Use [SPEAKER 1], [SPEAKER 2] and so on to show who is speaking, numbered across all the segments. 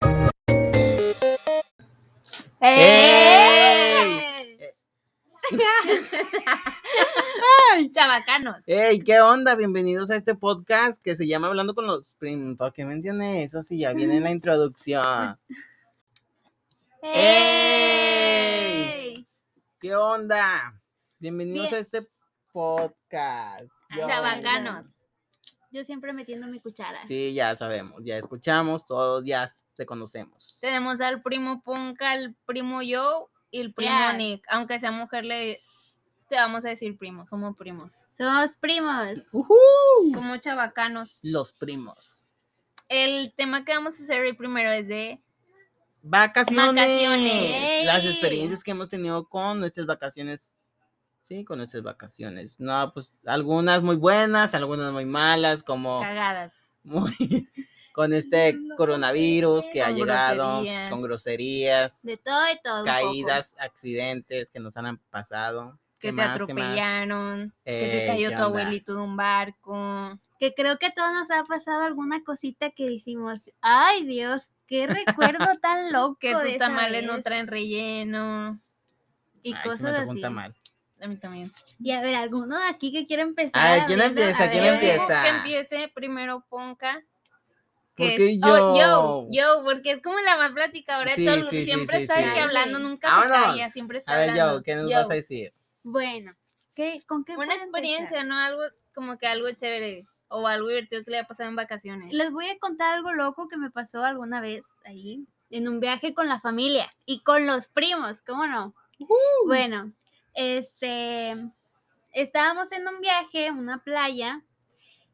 [SPEAKER 1] ¡Ey!
[SPEAKER 2] Chabacanos.
[SPEAKER 1] ¡Ey! ¿Qué onda? Bienvenidos a este podcast que se llama Hablando con los Prim. ¿Por qué mencioné eso si ya viene la introducción? ¡Ey! ¿Qué onda? Bienvenidos
[SPEAKER 2] Bien.
[SPEAKER 1] a este podcast. ¿Qué
[SPEAKER 3] Ah,
[SPEAKER 1] onda?
[SPEAKER 2] Chabacanos. Yo siempre metiendo mi cuchara.
[SPEAKER 1] Sí, ya sabemos, ya escuchamos, todos ya te conocemos.
[SPEAKER 3] Tenemos al primo Ponca, el primo Joe y el primo
[SPEAKER 2] Ya.
[SPEAKER 3] Nick. Aunque sea mujer, le te vamos a decir primo, somos primos.
[SPEAKER 2] Somos primos.
[SPEAKER 1] ¡Ujú!
[SPEAKER 3] Somos chabacanos.
[SPEAKER 1] Los primos.
[SPEAKER 3] El tema que vamos a hacer hoy primero es de
[SPEAKER 1] Vacaciones.
[SPEAKER 3] Vacaciones.
[SPEAKER 1] Las
[SPEAKER 2] ¡Ey!
[SPEAKER 1] experiencias que hemos tenido con nuestras vacaciones. Sí, con nuestras vacaciones. No, pues algunas muy buenas, algunas muy malas, como
[SPEAKER 3] cagadas.
[SPEAKER 1] muy con este
[SPEAKER 2] No,
[SPEAKER 1] coronavirus que ha
[SPEAKER 3] con
[SPEAKER 1] llegado,
[SPEAKER 3] groserías.
[SPEAKER 1] con groserías,
[SPEAKER 2] De todo y todo. un poco.
[SPEAKER 1] caídas, accidentes que nos han pasado.
[SPEAKER 3] Que te
[SPEAKER 1] más? ¿Qué más?
[SPEAKER 3] atropellaron, que
[SPEAKER 1] Ey,
[SPEAKER 3] se cayó
[SPEAKER 1] ¿qué
[SPEAKER 3] tu
[SPEAKER 1] onda?
[SPEAKER 3] abuelito de un barco.
[SPEAKER 2] Que creo que a todos nos ha pasado alguna cosita que hicimos. Ay, Dios, qué recuerdo tan loco.
[SPEAKER 3] Que
[SPEAKER 2] de
[SPEAKER 3] tus
[SPEAKER 2] esa
[SPEAKER 3] tamales no
[SPEAKER 2] vez.
[SPEAKER 3] traen relleno.
[SPEAKER 2] Y
[SPEAKER 1] Ay, se me
[SPEAKER 2] cosas
[SPEAKER 1] tocó un
[SPEAKER 2] así.
[SPEAKER 1] tamal.
[SPEAKER 3] A mí también.
[SPEAKER 2] Y a ver, alguno de aquí que quiera empezar.
[SPEAKER 1] Ay, ¿quién
[SPEAKER 2] abriendo? A
[SPEAKER 1] empieza? ¿Quién
[SPEAKER 3] Yo
[SPEAKER 2] ver.
[SPEAKER 3] digo
[SPEAKER 1] empieza?
[SPEAKER 3] Que empiece primero Ponca.
[SPEAKER 1] ¿Por
[SPEAKER 3] que
[SPEAKER 1] qué
[SPEAKER 3] es- oh,
[SPEAKER 1] yo?
[SPEAKER 3] yo, yo, porque es como la más platicadora de
[SPEAKER 1] Sí,
[SPEAKER 3] todo el-
[SPEAKER 1] sí, sí,
[SPEAKER 3] siempre
[SPEAKER 1] sí,
[SPEAKER 3] está de
[SPEAKER 2] sí.
[SPEAKER 3] que hablando, nunca se calla,
[SPEAKER 1] Vámonos.
[SPEAKER 3] siempre está
[SPEAKER 1] A ver,
[SPEAKER 3] hablando.
[SPEAKER 1] Joe, ¿qué nos
[SPEAKER 3] Yo,
[SPEAKER 1] vas a decir?
[SPEAKER 2] Bueno, ¿qué, ¿con qué
[SPEAKER 3] Una
[SPEAKER 2] puedo
[SPEAKER 3] experiencia,
[SPEAKER 2] empezar?
[SPEAKER 3] ¿no? Algo como que algo chévere o algo divertido que le haya pasado en vacaciones.
[SPEAKER 2] Les voy a contar algo loco que me pasó alguna vez ahí, en un viaje con la familia y con los primos, ¿cómo no? Bueno, este, estábamos en un viaje, una playa,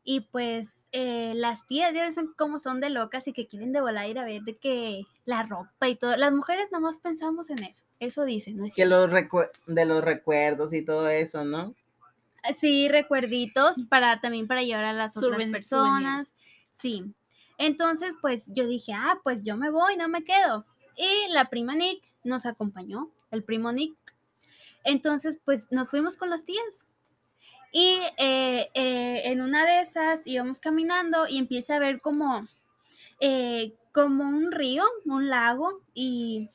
[SPEAKER 2] y pues eh, las tías ya ven cómo son de locas y que quieren de volar ir a ver de que la ropa y todo. Las mujeres nomás pensamos en eso, eso dicen, ¿no es
[SPEAKER 1] que los recue- de los recuerdos y todo eso, ¿no?
[SPEAKER 2] Sí, recuerditos para también para llevar a las otras
[SPEAKER 3] Souvenir-
[SPEAKER 2] personas. Sí. Entonces, pues yo dije, ah, pues yo me voy, no me quedo. Y la prima Nick nos acompañó, el primo Nick. Entonces, pues nos fuimos con las tías. Y eh, eh, en una de esas íbamos caminando y empieza a ver como, eh, como un río, un lago, y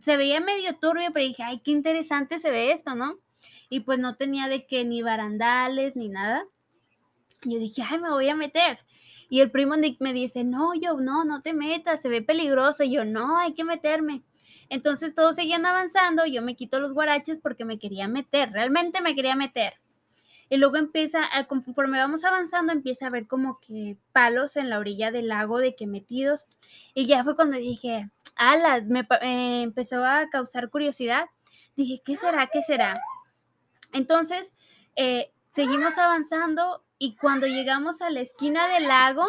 [SPEAKER 2] se veía medio turbio, pero dije, ay, qué interesante se ve esto, ¿no? y pues no tenía de que ni barandales ni nada. Yo dije, ay, me voy a meter. Y el primo Nick me dice, no, yo, no, no te metas, se ve peligroso. Y yo, no, hay que meterme. Entonces todos seguían avanzando, yo me quito los guaraches porque me quería meter, realmente me quería meter. Y luego empieza, a- conforme vamos avanzando, empieza a ver como que palos en la orilla del lago de que metidos. Y ya fue cuando dije, alas, me pa- eh, empezó a causar curiosidad. Dije, ¿qué será? ¿Qué será? Entonces, eh, seguimos avanzando y cuando llegamos a la esquina del lago,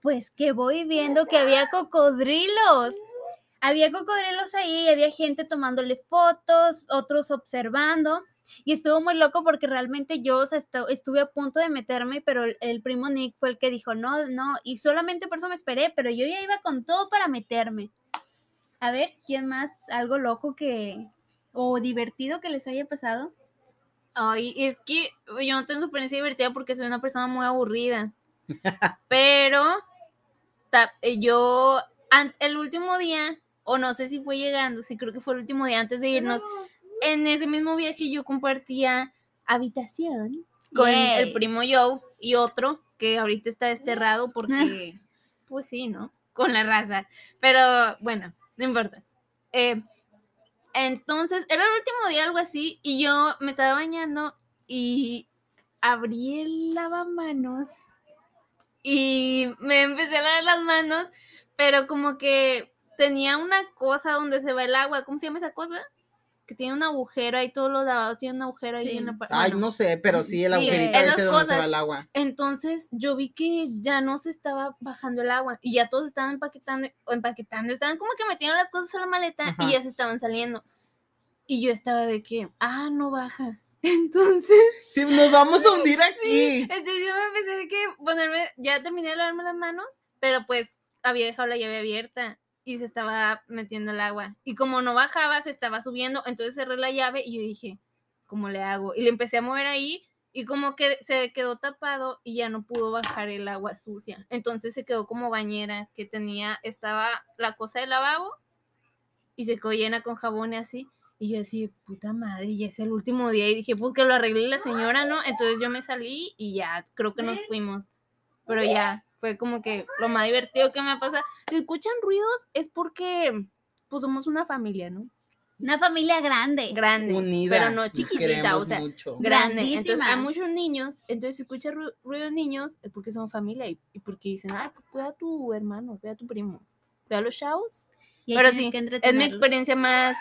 [SPEAKER 2] pues que voy viendo que había cocodrilos. Había cocodrilos ahí, había gente tomándole fotos, otros observando. Y estuvo muy loco porque realmente yo o sea, estu- estuve a punto de meterme, pero el- el primo Nick fue el que dijo, no, no, y solamente por eso me esperé, pero yo ya iba con todo para meterme. A ver, ¿quién más? Algo loco que, o divertido que les haya pasado.
[SPEAKER 3] Ay, es que pues, yo no tengo experiencia divertida porque soy una persona muy aburrida. Pero ta- eh, yo an- el último día, o no sé si fue llegando, sí creo que fue el último día antes de irnos, en ese mismo viaje yo compartía
[SPEAKER 2] habitación
[SPEAKER 3] con el primo Joe y otro que ahorita está desterrado porque, pues sí, ¿no? Con la raza. Pero bueno, no importa. Eh, entonces, era el último día, algo así, y yo me estaba bañando y abrí el lavamanos y me empecé a lavar las manos, pero como que tenía una cosa donde se va el agua. ¿Cómo se llama esa cosa? Que tiene un agujero ahí, todos los lavados tienen un agujero ahí
[SPEAKER 2] Sí.
[SPEAKER 3] en la parte.
[SPEAKER 1] Ay, no sé, pero sí el
[SPEAKER 3] mm, Sí,
[SPEAKER 1] agujerito
[SPEAKER 3] esas
[SPEAKER 1] ese donde se
[SPEAKER 3] cosas.
[SPEAKER 1] va el agua.
[SPEAKER 3] Entonces yo vi que ya no se estaba bajando el agua y ya todos estaban empaquetando, o empaquetando, estaban como que metiendo las cosas a la maleta
[SPEAKER 1] Ajá.
[SPEAKER 3] y ya se estaban saliendo. Y yo estaba de que, ah, no baja. Entonces,
[SPEAKER 1] Sí, nos vamos a hundir aquí.
[SPEAKER 3] entonces yo me empecé de que ponerme, ya terminé de lavarme las manos, pero pues había dejado la llave abierta y se estaba metiendo el agua. Y como no bajaba, se estaba subiendo, entonces cerré la llave y yo dije, ¿cómo le hago? Y le empecé a mover ahí y como que se quedó tapado y ya no pudo bajar el agua sucia. Entonces se quedó como bañera que tenía, estaba la cosa del lavabo y se llena con jabón y así. Y yo así, puta madre, y es el último día. Y dije, pues que lo arreglé la señora, ¿no? Entonces yo me salí y ya, creo que nos fuimos. Pero ya, fue como que lo más divertido que me pasa. Si escuchan ruidos es porque, pues somos una familia, ¿no?
[SPEAKER 2] Una familia grande.
[SPEAKER 3] Grande.
[SPEAKER 1] Unida.
[SPEAKER 3] pero no
[SPEAKER 1] nos
[SPEAKER 3] chiquitita,
[SPEAKER 1] queremos
[SPEAKER 3] o sea,
[SPEAKER 1] mucho.
[SPEAKER 3] grande. Entonces
[SPEAKER 2] Grandísima.
[SPEAKER 3] hay muchos niños, entonces si escucha ru- ruido de niños es porque son familia y, y porque dicen, ah, cuida a tu hermano, cuida a tu primo, cuida a los chavos.
[SPEAKER 2] y ahí
[SPEAKER 3] Pero
[SPEAKER 2] tienes
[SPEAKER 3] sí,
[SPEAKER 2] que
[SPEAKER 3] Es mi
[SPEAKER 2] entretenerlos.
[SPEAKER 3] experiencia más,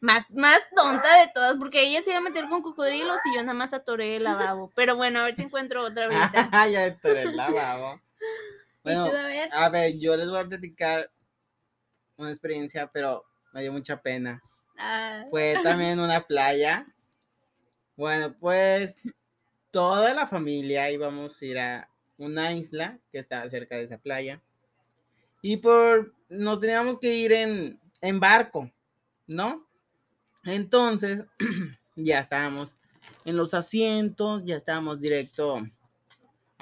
[SPEAKER 3] más, más tonta de todas, porque ella se iba a meter con cocodrilos y yo nada más atoré el lavabo. Pero bueno, a ver si encuentro otra ahorita.
[SPEAKER 1] ya estoy el lavabo. Bueno,
[SPEAKER 2] ¿Y tú, a ver?
[SPEAKER 1] a ver, yo les voy a platicar una experiencia, pero me dio mucha pena.
[SPEAKER 2] Ah,
[SPEAKER 1] Fue también una playa. Bueno, pues toda la familia íbamos a ir a una isla que estaba cerca de esa playa. Y por nos teníamos que ir en, en barco, ¿no? Entonces, ya estábamos en los asientos, ya estábamos directo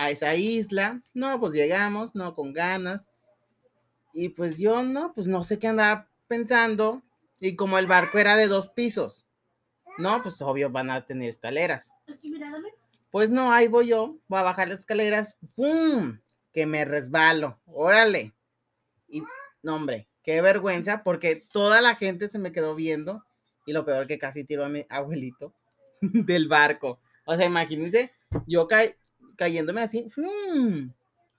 [SPEAKER 1] a esa isla. No, pues llegamos, no, con ganas. Y pues yo no, pues no sé qué andaba pensando. Y como el barco era de dos pisos, no, pues obvio van a tener escaleras. Pues no, ahí voy yo, voy a bajar las escaleras, ¡pum! Que me resbalo, órale. Y, no, hombre, qué vergüenza, porque toda la gente se me quedó viendo y lo peor que casi tiró a mi abuelito del barco. O sea, imagínense, yo ca- cayéndome así, ¡pum!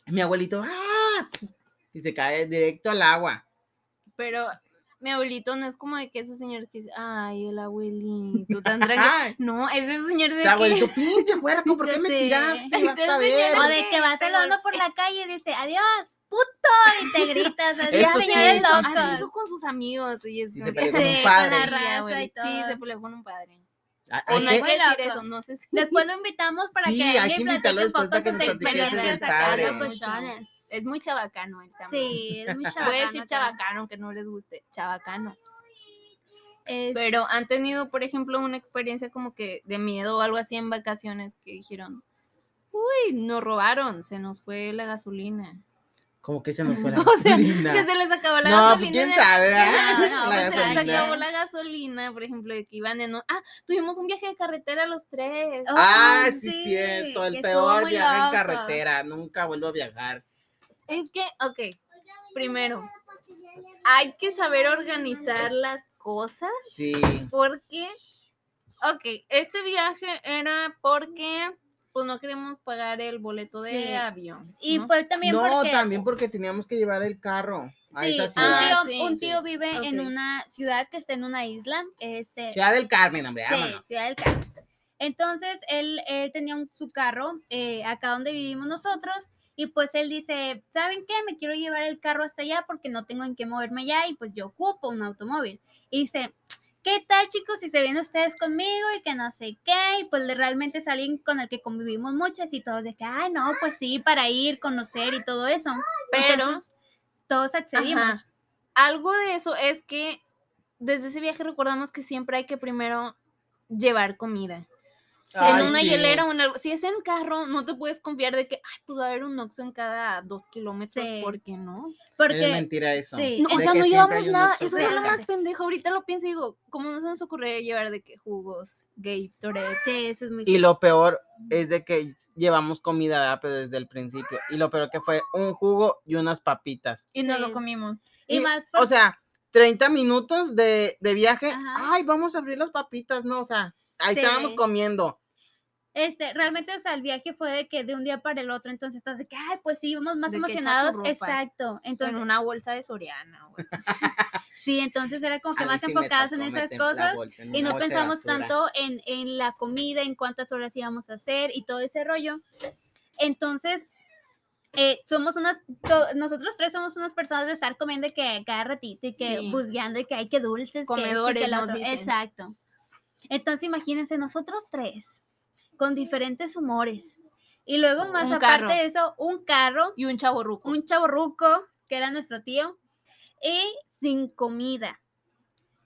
[SPEAKER 1] Mi abuelito, ¡ah! Y se cae directo al agua.
[SPEAKER 3] Pero mi abuelito no es como de que esos señores que dicen, ay, el abuelito tan tranquilo. No, es ese señor de
[SPEAKER 1] O
[SPEAKER 3] que...
[SPEAKER 1] sea, abuelito, pinche puerco, ¿por
[SPEAKER 2] Ya
[SPEAKER 1] qué me
[SPEAKER 2] sé.
[SPEAKER 1] tiraste? Vas a
[SPEAKER 3] Entonces,
[SPEAKER 1] ver.
[SPEAKER 2] O
[SPEAKER 3] señora,
[SPEAKER 2] de que
[SPEAKER 3] Te
[SPEAKER 2] vas hablando
[SPEAKER 3] golpe-
[SPEAKER 2] por la calle y dice, adiós, puto, y te gritas, así,
[SPEAKER 1] Eso
[SPEAKER 2] "Ah,
[SPEAKER 1] sí,
[SPEAKER 2] señores
[SPEAKER 1] eso
[SPEAKER 3] loco.
[SPEAKER 1] sí.
[SPEAKER 3] Hace
[SPEAKER 2] locos.
[SPEAKER 3] eso con sus amigos. Y, es
[SPEAKER 1] Y
[SPEAKER 3] como
[SPEAKER 1] se
[SPEAKER 3] que-
[SPEAKER 1] peleó con un
[SPEAKER 2] Sí,
[SPEAKER 1] padre.
[SPEAKER 2] con la
[SPEAKER 3] Sí,
[SPEAKER 2] raza y
[SPEAKER 3] abuelito, sí,
[SPEAKER 2] todo.
[SPEAKER 3] se peleó con un padre.
[SPEAKER 1] Ah,
[SPEAKER 3] O
[SPEAKER 1] hay
[SPEAKER 3] no
[SPEAKER 1] que-
[SPEAKER 3] hay que decir
[SPEAKER 2] loco.
[SPEAKER 3] eso, no sé si...
[SPEAKER 2] Después lo invitamos para
[SPEAKER 1] Sí,
[SPEAKER 2] que
[SPEAKER 1] hay
[SPEAKER 2] venga
[SPEAKER 1] que
[SPEAKER 2] y
[SPEAKER 1] invitarlo
[SPEAKER 2] platique
[SPEAKER 1] después
[SPEAKER 2] un poco
[SPEAKER 1] para que
[SPEAKER 2] sus
[SPEAKER 1] nos platique de sus
[SPEAKER 2] experiencias acá,
[SPEAKER 1] padres.
[SPEAKER 2] locochonas.
[SPEAKER 3] Es muy chabacano él también.
[SPEAKER 2] Sí, es muy chabacano.
[SPEAKER 3] Voy a decir
[SPEAKER 2] acá.
[SPEAKER 3] chabacano, aunque no les guste. Chabacanos.
[SPEAKER 2] Es-
[SPEAKER 3] Pero han tenido, por ejemplo, una experiencia como que de miedo o algo así en vacaciones que dijeron, uy, nos robaron, se nos fue la gasolina.
[SPEAKER 1] Como que se nos fue la
[SPEAKER 3] O sea,
[SPEAKER 1] gasolina.
[SPEAKER 3] Que se les acabó la
[SPEAKER 1] No,
[SPEAKER 3] gasolina.
[SPEAKER 1] pues
[SPEAKER 3] en
[SPEAKER 1] quién
[SPEAKER 3] el-
[SPEAKER 1] sabe, ¿verdad?
[SPEAKER 3] Ajá, no,
[SPEAKER 1] La
[SPEAKER 3] pues, se les
[SPEAKER 1] gasolina.
[SPEAKER 3] acabó la gasolina, por ejemplo, de que iban en un... Ah, tuvimos un viaje de carretera los tres.
[SPEAKER 2] Oh,
[SPEAKER 1] Ah,
[SPEAKER 2] Ay,
[SPEAKER 1] sí,
[SPEAKER 2] sí,
[SPEAKER 1] cierto. El
[SPEAKER 2] que
[SPEAKER 1] peor
[SPEAKER 2] estuvo muy
[SPEAKER 1] viaje en
[SPEAKER 2] loco.
[SPEAKER 1] carretera. Nunca vuelvo a viajar.
[SPEAKER 3] Es que, ok, primero, hay que saber organizar las cosas
[SPEAKER 1] Sí.
[SPEAKER 3] porque, ok, este viaje era porque, pues no queremos pagar el boleto de
[SPEAKER 2] Sí.
[SPEAKER 3] avión.
[SPEAKER 2] y
[SPEAKER 3] ¿no?
[SPEAKER 2] pues, fue también
[SPEAKER 1] no,
[SPEAKER 2] porque...
[SPEAKER 1] también porque teníamos que llevar el carro a
[SPEAKER 2] Sí,
[SPEAKER 1] esa
[SPEAKER 2] un
[SPEAKER 1] ciudad.
[SPEAKER 3] Ah,
[SPEAKER 2] tío,
[SPEAKER 3] sí,
[SPEAKER 2] un
[SPEAKER 1] sí.
[SPEAKER 2] tío vive en
[SPEAKER 3] Ok.
[SPEAKER 2] una ciudad que está en una isla, este,
[SPEAKER 1] Ciudad del Carmen, hombre,
[SPEAKER 2] Sí,
[SPEAKER 1] vámonos.
[SPEAKER 2] Ciudad del Carmen. Entonces, él, él tenía un- su carro eh, acá donde vivimos nosotros y pues él dice, ¿saben qué? Me quiero llevar el carro hasta allá porque no tengo en qué moverme allá y pues yo ocupo un automóvil. Y dice, ¿qué tal chicos si se vienen ustedes conmigo y que no sé qué? Y pues le- realmente es alguien con el que convivimos mucho y todos de que, ah, no, pues sí, para ir, conocer y todo eso.
[SPEAKER 3] Pero-
[SPEAKER 2] Entonces, todos accedimos.
[SPEAKER 3] Ajá. Algo de eso es que desde ese viaje recordamos que siempre hay que primero llevar comida.
[SPEAKER 1] Ay,
[SPEAKER 3] en una
[SPEAKER 1] sí.
[SPEAKER 3] hielera o en algo. Si es en carro, no te puedes confiar de que, ay, pudo haber un Oxxo en cada dos kilómetros,
[SPEAKER 2] Sí.
[SPEAKER 3] ¿por qué no?
[SPEAKER 1] Es
[SPEAKER 2] Porque
[SPEAKER 1] mentira eso.
[SPEAKER 2] sí.
[SPEAKER 3] No,
[SPEAKER 1] De
[SPEAKER 3] o sea,
[SPEAKER 1] que
[SPEAKER 3] no
[SPEAKER 1] siempre
[SPEAKER 3] llevamos
[SPEAKER 1] hay un
[SPEAKER 3] nada.
[SPEAKER 1] Oxxo
[SPEAKER 3] Eso es lo
[SPEAKER 1] cerca.
[SPEAKER 3] más pendejo. Ahorita lo pienso y digo, ¿cómo no se nos ocurre llevar de qué jugos, Gatorade?
[SPEAKER 2] Sí, eso es muy
[SPEAKER 1] Y lo peor es de que llevamos comida, ¿verdad? pero desde el principio. Y lo peor que fue un jugo y unas papitas.
[SPEAKER 3] Y nos lo
[SPEAKER 2] Sí.
[SPEAKER 3] comimos.
[SPEAKER 2] Y,
[SPEAKER 1] y,
[SPEAKER 2] más
[SPEAKER 1] O
[SPEAKER 2] porque-
[SPEAKER 1] sea, 30 minutos de, de viaje.
[SPEAKER 2] Ajá.
[SPEAKER 1] Ay, vamos a abrir las papitas, ¿no? O sea, ahí estábamos
[SPEAKER 2] Sí.
[SPEAKER 1] comiendo.
[SPEAKER 2] Este, realmente, o sea, el viaje fue de que de un día para el otro, entonces estás de que, ay, pues sí, íbamos más
[SPEAKER 3] De que echa tu
[SPEAKER 2] emocionados.
[SPEAKER 3] ropa.
[SPEAKER 2] Exacto. Entonces,
[SPEAKER 3] en una bolsa de Soriana. güey.
[SPEAKER 2] sí, entonces era como que
[SPEAKER 1] A mí
[SPEAKER 2] más
[SPEAKER 1] sí me
[SPEAKER 2] enfocadas en
[SPEAKER 1] tocó
[SPEAKER 2] esas
[SPEAKER 1] meter la
[SPEAKER 2] cosas
[SPEAKER 1] bolsa en
[SPEAKER 2] y
[SPEAKER 1] una
[SPEAKER 2] no
[SPEAKER 1] bolsa de
[SPEAKER 2] pensamos
[SPEAKER 1] basura.
[SPEAKER 2] tanto en, en la comida, en cuántas horas íbamos a hacer y todo ese rollo. Entonces, eh, somos unas, to- nosotros tres somos unas personas de estar comiendo y que cada ratito y que
[SPEAKER 3] Sí.
[SPEAKER 2] busqueando y que hay que dulces, que esto y que
[SPEAKER 3] Comedores,
[SPEAKER 2] lo
[SPEAKER 3] nos
[SPEAKER 2] otro.
[SPEAKER 3] dicen.
[SPEAKER 2] Exacto. Entonces, imagínense, nosotros tres, con diferentes humores. Y luego, más
[SPEAKER 3] Un
[SPEAKER 2] aparte
[SPEAKER 3] carro.
[SPEAKER 2] de eso, un carro,
[SPEAKER 3] Y un chavo ruco.
[SPEAKER 2] un chaborruco, que era nuestro tío, y sin comida.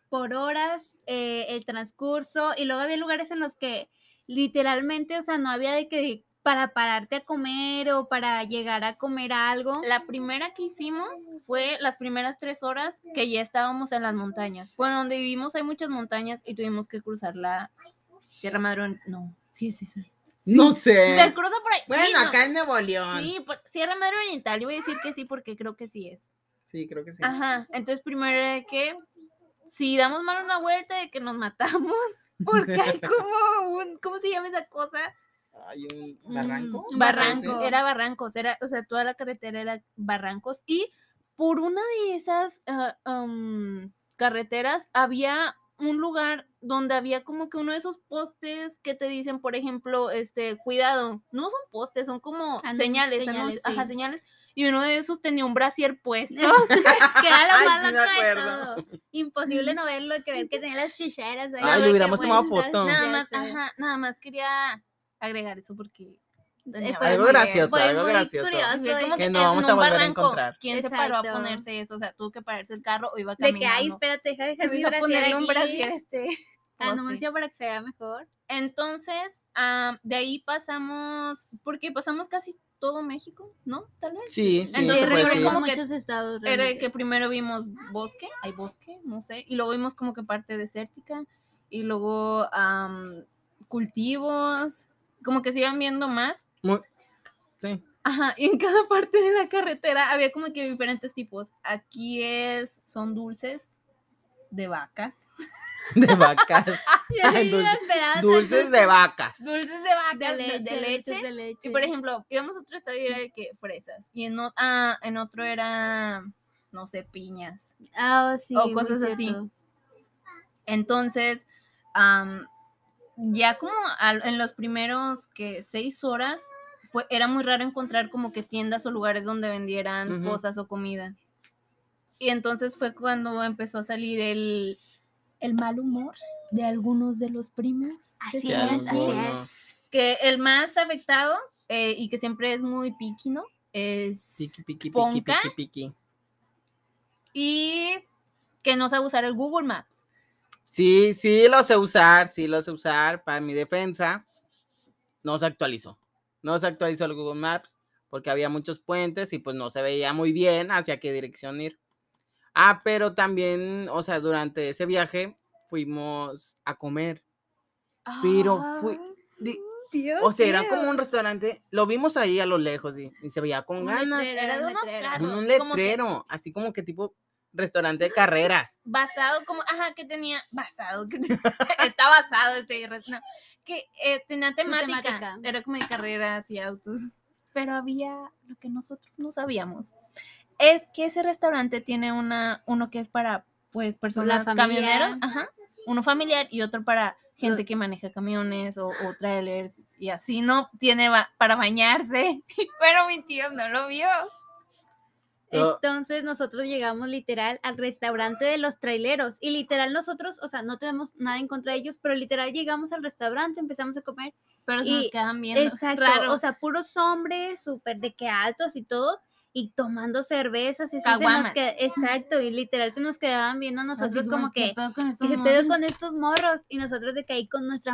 [SPEAKER 2] Por horas, eh, el transcurso, y luego había lugares en los que literalmente, o sea, no había de que para pararte a comer o para llegar a comer algo.
[SPEAKER 3] La primera que hicimos fue las primeras tres horas que ya estábamos en las montañas. Bueno, donde vivimos hay muchas montañas y tuvimos que cruzar la Sierra Madre. No, sí, sí, sí.
[SPEAKER 1] No sé.
[SPEAKER 3] Se cruza por ahí. Sí,
[SPEAKER 1] Eh, Bueno,
[SPEAKER 3] no.
[SPEAKER 1] acá en Nuevo León. Sí,
[SPEAKER 3] Sí, por- Sierra Madre Oriental. Yo voy a decir que sí porque creo que sí es.
[SPEAKER 1] creo que sí.
[SPEAKER 3] Ajá. Entonces, primero era que si damos mal una vuelta de que nos matamos porque hay como un, ¿cómo se llama esa cosa?
[SPEAKER 1] Hay un
[SPEAKER 3] Un
[SPEAKER 1] barranco.
[SPEAKER 2] Mm, Un
[SPEAKER 3] Mm, barranco.
[SPEAKER 1] parece.
[SPEAKER 3] Era barrancos. Era, o sea, toda la carretera era barrancos y por una de esas ah, am, carreteras había un lugar donde había como que uno de esos postes que te dicen, por ejemplo, este, cuidado, no son postes, son como
[SPEAKER 2] Anun-
[SPEAKER 3] Ah, señales,
[SPEAKER 2] señales,
[SPEAKER 3] anuncios, ajá,
[SPEAKER 2] sí.
[SPEAKER 3] señales, y uno de esos tenía un brasier puesto.
[SPEAKER 2] que era lo
[SPEAKER 1] Ay,
[SPEAKER 2] más
[SPEAKER 1] sí me
[SPEAKER 2] loco de
[SPEAKER 1] acuerdo.
[SPEAKER 2] todo. Imposible no verlo, que ver que tenía las chicheras. ahí.
[SPEAKER 1] Ay,
[SPEAKER 3] le
[SPEAKER 2] Ay,
[SPEAKER 1] hubiéramos
[SPEAKER 2] qué
[SPEAKER 1] tomado
[SPEAKER 2] buenas,
[SPEAKER 1] foto.
[SPEAKER 3] Nada
[SPEAKER 2] ya
[SPEAKER 3] más,
[SPEAKER 2] sé.
[SPEAKER 3] ajá, nada más quería agregar eso porque tenía
[SPEAKER 1] Algo
[SPEAKER 2] fue
[SPEAKER 3] varias
[SPEAKER 2] muy-
[SPEAKER 1] gracioso,
[SPEAKER 2] fue
[SPEAKER 1] algo
[SPEAKER 2] muy
[SPEAKER 1] gracioso.
[SPEAKER 2] curioso,
[SPEAKER 3] ideas. O sea, como
[SPEAKER 2] de
[SPEAKER 1] Que
[SPEAKER 3] que
[SPEAKER 1] no
[SPEAKER 3] en
[SPEAKER 1] vamos
[SPEAKER 3] un
[SPEAKER 1] a volver a
[SPEAKER 3] barranco,
[SPEAKER 1] encontrar.
[SPEAKER 3] ¿Quién se paró a
[SPEAKER 2] Exacto.
[SPEAKER 3] ponerse eso? O sea, tuvo que pararse el carro o iba
[SPEAKER 2] De
[SPEAKER 3] caminando.
[SPEAKER 2] que, ay, espérate, deja dejar mi
[SPEAKER 3] iba a
[SPEAKER 2] brasier
[SPEAKER 3] ponerle un
[SPEAKER 2] aquí. Ah,
[SPEAKER 3] brasier a este. poste.
[SPEAKER 2] Anuncia para que se vea mejor.
[SPEAKER 3] Entonces, ah, de ahí pasamos, porque pasamos casi todo México, ¿no? Tal vez.
[SPEAKER 1] Sí, pues,
[SPEAKER 3] Entonces,
[SPEAKER 1] sí, se
[SPEAKER 2] recorrí
[SPEAKER 1] puede
[SPEAKER 3] recuerdo
[SPEAKER 1] decir.
[SPEAKER 3] como- que
[SPEAKER 2] muchos estados.
[SPEAKER 3] Era de
[SPEAKER 2] realmente.
[SPEAKER 3] que primero vimos bosque, hay bosque, no sé, y luego vimos como que parte desértica, y luego am, cultivos, como que se iban viendo más.
[SPEAKER 1] Sí.
[SPEAKER 3] Ajá, y en cada parte de la carretera había como que diferentes tipos. Aquí es, son dulces de vacas.
[SPEAKER 1] De vacas.
[SPEAKER 2] Y ahí
[SPEAKER 1] Dulce-
[SPEAKER 2] la esperaba
[SPEAKER 1] Dulces de vacas.
[SPEAKER 3] Dulces de
[SPEAKER 2] de
[SPEAKER 3] vacas,
[SPEAKER 2] leche,
[SPEAKER 3] de leche.
[SPEAKER 2] dulces de leche.
[SPEAKER 3] Y por ejemplo, íbamos a otro estadio y era de que fresas. Y en, o- ah, en otro era, no sé, piñas.
[SPEAKER 2] Ah, sí,
[SPEAKER 3] o
[SPEAKER 2] muy
[SPEAKER 3] cosas así.
[SPEAKER 2] cierto.
[SPEAKER 3] Entonces, am, ya como al- en los primeros que seis horas, fue, era muy raro encontrar como que tiendas o lugares donde vendieran
[SPEAKER 1] Ujú.
[SPEAKER 3] cosas o comida. Y entonces fue cuando empezó a salir el, el mal humor de algunos de los primos. que
[SPEAKER 2] Así
[SPEAKER 1] Sí,
[SPEAKER 3] estaban
[SPEAKER 2] es,
[SPEAKER 3] aquí.
[SPEAKER 2] así
[SPEAKER 1] alguno.
[SPEAKER 2] es.
[SPEAKER 3] Que el más afectado eh, y que siempre es muy piquino es
[SPEAKER 1] Piqui, piqui, piqui,
[SPEAKER 3] Ponca.
[SPEAKER 1] piqui, piqui.
[SPEAKER 3] y que no sabe usar el Google Maps.
[SPEAKER 1] Sí, sí, lo sé usar, sí, lo sé usar. Para mi defensa, no se actualizó. No se actualizó el Google Maps porque había muchos puentes y pues no se veía muy bien hacia qué dirección ir. Ah, pero también, o sea, durante ese viaje fuimos a comer. Pero fui- di- O sea, era como un restaurante, lo vimos ahí a lo lejos y, y se veía con ganas.
[SPEAKER 2] letrero,
[SPEAKER 3] Era de
[SPEAKER 2] un
[SPEAKER 3] unos
[SPEAKER 2] letrero.
[SPEAKER 1] Un,
[SPEAKER 3] carros.
[SPEAKER 1] un
[SPEAKER 3] como que
[SPEAKER 1] letrero, así como que tipo restaurante de carreras.
[SPEAKER 3] basado, como, ajá, que tenía, basado, que te- está basado este, res- no, que eh, tenía temática,
[SPEAKER 2] temática.
[SPEAKER 3] era como de carreras y autos, pero había lo que nosotros no sabíamos, es que ese restaurante tiene una, uno que es para, pues, personas
[SPEAKER 2] familia.
[SPEAKER 3] camioneros, ajá, uno familiar y otro para gente
[SPEAKER 2] Lo-
[SPEAKER 3] que maneja camiones o, o trailers y así, ¿no? Tiene ba- para bañarse, pero mi tío no lo vio.
[SPEAKER 1] Pero-
[SPEAKER 2] Entonces nosotros llegamos literal al restaurante de los traileros y literal nosotros, o sea, no tenemos nada en contra de ellos, pero literal llegamos al restaurante, empezamos a comer.
[SPEAKER 3] Pero se
[SPEAKER 2] Y
[SPEAKER 3] nos quedan viendo.
[SPEAKER 2] Exacto,
[SPEAKER 3] raro.
[SPEAKER 2] o sea, puros hombres, súper de que altos y todo, y tomando cervezas y así se nos
[SPEAKER 3] Caguamas.
[SPEAKER 2] queda- exacto, y literal se nos quedaban viendo a
[SPEAKER 3] Así
[SPEAKER 2] nosotros como
[SPEAKER 3] ¿qué
[SPEAKER 2] que,
[SPEAKER 3] pedo con estos
[SPEAKER 2] ¿qué pedo
[SPEAKER 3] morros?
[SPEAKER 2] con estos morros? Y nosotros de que ahí con nuestra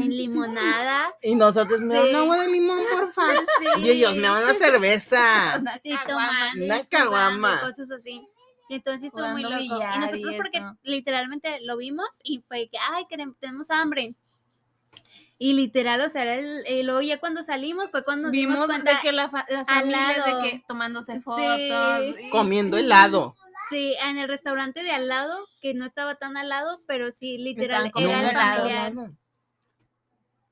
[SPEAKER 2] en limonada.
[SPEAKER 1] Y nosotros, me dan
[SPEAKER 2] Sí.
[SPEAKER 1] agua de limón, por favor. Y ellos, me dan una cerveza.
[SPEAKER 3] Una
[SPEAKER 2] y
[SPEAKER 3] caguama.
[SPEAKER 2] tomando y
[SPEAKER 1] Una
[SPEAKER 2] jugando y
[SPEAKER 1] caguama.
[SPEAKER 2] cosas así. Entonces estuvo muy
[SPEAKER 3] Jugando
[SPEAKER 2] loco. Y
[SPEAKER 3] billar y
[SPEAKER 2] nosotros porque
[SPEAKER 3] eso.
[SPEAKER 2] literalmente lo vimos y fue que, ay, queremos, tenemos hambre. Y literal, o sea, era el, y luego ya cuando salimos fue cuando nos dimos
[SPEAKER 3] Vimos
[SPEAKER 2] cuenta,
[SPEAKER 3] de que la fa- las
[SPEAKER 2] al
[SPEAKER 3] familias
[SPEAKER 2] lado.
[SPEAKER 3] de que tomándose fotos. y-
[SPEAKER 1] Comiendo helado.
[SPEAKER 2] sí, en el restaurante de al lado, que no estaba tan al lado, pero sí, literal,
[SPEAKER 3] estaban
[SPEAKER 2] era
[SPEAKER 3] comiendo
[SPEAKER 2] el
[SPEAKER 3] helado.
[SPEAKER 2] familiar.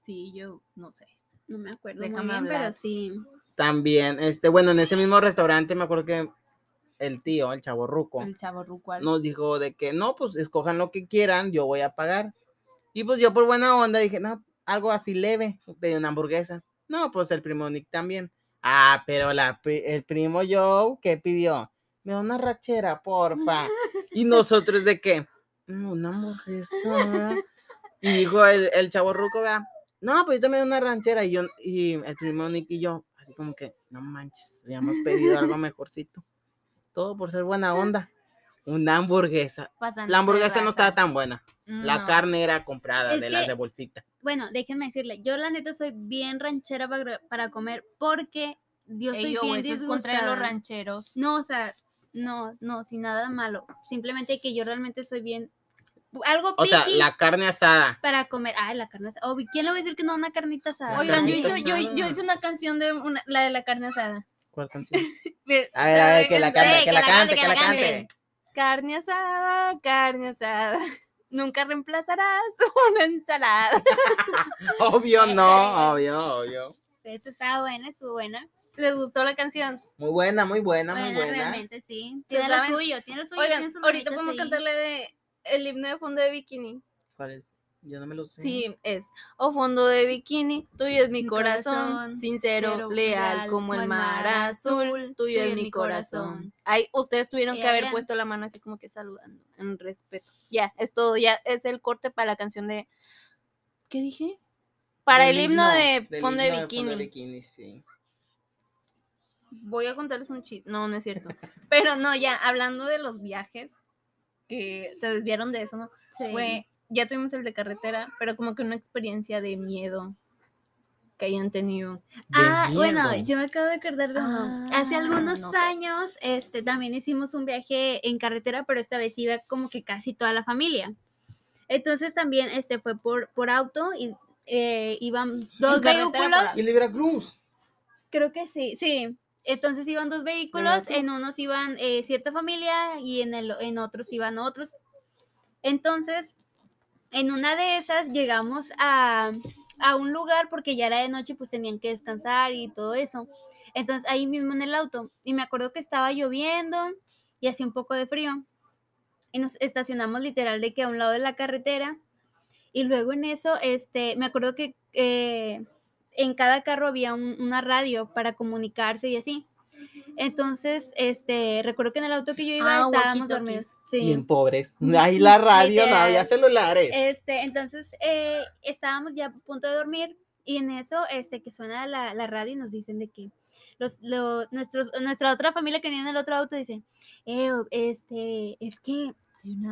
[SPEAKER 3] Sí, yo no sé.
[SPEAKER 2] No me acuerdo
[SPEAKER 3] Déjame
[SPEAKER 2] muy bien,
[SPEAKER 3] hablar.
[SPEAKER 2] pero sí.
[SPEAKER 1] También, este, bueno, en ese mismo restaurante me acuerdo que el tío, el chavo ruco,
[SPEAKER 3] El chavo rucual.
[SPEAKER 1] nos dijo de que no, pues escojan lo que quieran, yo voy a pagar. Y pues yo por buena onda dije, no, algo así leve, pedí una hamburguesa. No, pues el primo Nick también. Ah, pero la, pri- el primo Joe, ¿qué pidió? Me da una rachera, porfa. Y nosotros de qué? "Mm, Una hamburguesa. Y dijo el, el chavo ruco, vea, no, pues yo también una ranchera. Y yo, y el primo Nick y yo, así como que, no manches, habíamos pedido algo mejorcito. Todo por ser buena onda. una hamburguesa.
[SPEAKER 3] pasándose
[SPEAKER 1] La
[SPEAKER 3] de
[SPEAKER 1] hamburguesa
[SPEAKER 3] raza.
[SPEAKER 1] no estaba tan buena. La
[SPEAKER 3] No.
[SPEAKER 1] carne era comprada
[SPEAKER 2] Es
[SPEAKER 1] de las
[SPEAKER 2] que-
[SPEAKER 1] de bolsita.
[SPEAKER 2] Bueno, déjenme decirle, yo la neta soy bien ranchera para, para comer porque yo soy
[SPEAKER 3] Ey, yo,
[SPEAKER 2] bien
[SPEAKER 3] eso es contra los
[SPEAKER 2] disgustada.
[SPEAKER 3] rancheros.
[SPEAKER 2] No, o sea, no, no, sin nada malo. Simplemente que yo realmente soy bien. Algo
[SPEAKER 1] O
[SPEAKER 2] picky
[SPEAKER 1] sea, la carne asada.
[SPEAKER 2] para comer. Ay, la carne asada. Oh, ¿Quién le va a decir que no a una carnita asada?
[SPEAKER 1] La
[SPEAKER 3] Oigan, yo
[SPEAKER 1] carnita
[SPEAKER 3] hice, yo, yo
[SPEAKER 1] asada.
[SPEAKER 3] hice una canción de una- la de la carne asada.
[SPEAKER 1] ¿Cuál canción?
[SPEAKER 3] Ve-
[SPEAKER 1] A ver, a ver,
[SPEAKER 3] ve-
[SPEAKER 1] que la
[SPEAKER 3] ve-
[SPEAKER 1] cante, que la cante, que la
[SPEAKER 3] cante.
[SPEAKER 1] cante.
[SPEAKER 3] Carne asada, carne asada. Nunca reemplazarás una ensalada.
[SPEAKER 1] Obvio, no, obvio, obvio.
[SPEAKER 2] Eso estaba buena, estuvo buena.
[SPEAKER 3] ¿Les gustó la canción?
[SPEAKER 1] Muy buena, muy buena, muy buena.
[SPEAKER 2] realmente, sí. Tiene lo
[SPEAKER 3] saben-
[SPEAKER 2] suyo, tiene lo suyo.
[SPEAKER 3] Oigan,
[SPEAKER 2] tiene sus
[SPEAKER 3] ahorita
[SPEAKER 2] ramitas
[SPEAKER 3] podemos
[SPEAKER 2] ahí.
[SPEAKER 3] cantarle de el himno de fondo de bikini.
[SPEAKER 1] ¿Cuál es? Yo no me lo sé.
[SPEAKER 3] Sí, es. O fondo de bikini, tuyo es mi
[SPEAKER 2] Mi
[SPEAKER 3] corazón,
[SPEAKER 2] corazón,
[SPEAKER 3] sincero,
[SPEAKER 2] cero,
[SPEAKER 3] leal,
[SPEAKER 2] leal,
[SPEAKER 3] como el mar azul, tuyo es mi corazón. Ay, ustedes tuvieron que
[SPEAKER 2] Ya,
[SPEAKER 3] haber
[SPEAKER 2] ya.
[SPEAKER 3] puesto la mano así como que saludando, en respeto. Ya, es todo, ya es el corte para la canción de ¿Qué dije? Para
[SPEAKER 1] Del
[SPEAKER 3] el himno de
[SPEAKER 1] del
[SPEAKER 3] fondo
[SPEAKER 1] himno
[SPEAKER 3] de
[SPEAKER 1] Fondo
[SPEAKER 3] bikini.
[SPEAKER 1] bikini, sí.
[SPEAKER 3] Voy a contarles un chiste. No, no es cierto. Pero no, ya hablando de los viajes que se desviaron de eso, ¿no?
[SPEAKER 2] Sí.
[SPEAKER 3] Fue- ya tuvimos el de carretera, pero como que una experiencia de miedo que hayan tenido.
[SPEAKER 2] Ah,
[SPEAKER 1] Del
[SPEAKER 2] bueno,
[SPEAKER 1] miedo.
[SPEAKER 2] yo me acabo de acordar de uno. Hace
[SPEAKER 3] Ah,
[SPEAKER 2] algunos
[SPEAKER 3] no sé.
[SPEAKER 2] años, este, también hicimos un viaje en carretera, pero esta vez iba como que casi toda la familia. Entonces también, este, fue por, por auto y eh, iban dos
[SPEAKER 3] carretera por
[SPEAKER 2] vehículos.
[SPEAKER 3] auto.
[SPEAKER 1] Y Libra Cruz.
[SPEAKER 2] Creo que sí, sí. Entonces iban dos vehículos, en unos iban eh, cierta familia y en, el, en otros iban otros. Entonces, en una de esas llegamos a, a un lugar porque ya era de noche, pues tenían que descansar y todo eso. Entonces ahí mismo en el auto. Y me acuerdo que estaba lloviendo y hacía un poco de frío. Y nos estacionamos literal de que a un lado de la carretera. Y luego en eso, este, me acuerdo que eh, en cada carro había un- una radio para comunicarse y así. Entonces, este, recuerdo que en el auto que yo iba
[SPEAKER 3] Ah,
[SPEAKER 2] estábamos
[SPEAKER 3] walkie-talkie.
[SPEAKER 2] dormidos. Sí.
[SPEAKER 1] Bien pobres. Ahí la radio, no
[SPEAKER 2] Literal.
[SPEAKER 1] había celulares.
[SPEAKER 2] Este, entonces eh, estábamos ya a punto de dormir y en eso, este, que suena la, la radio y nos dicen de que los, lo- nuestros- nuestra otra familia que viene en el otro auto dice, "Eh, o- este, es que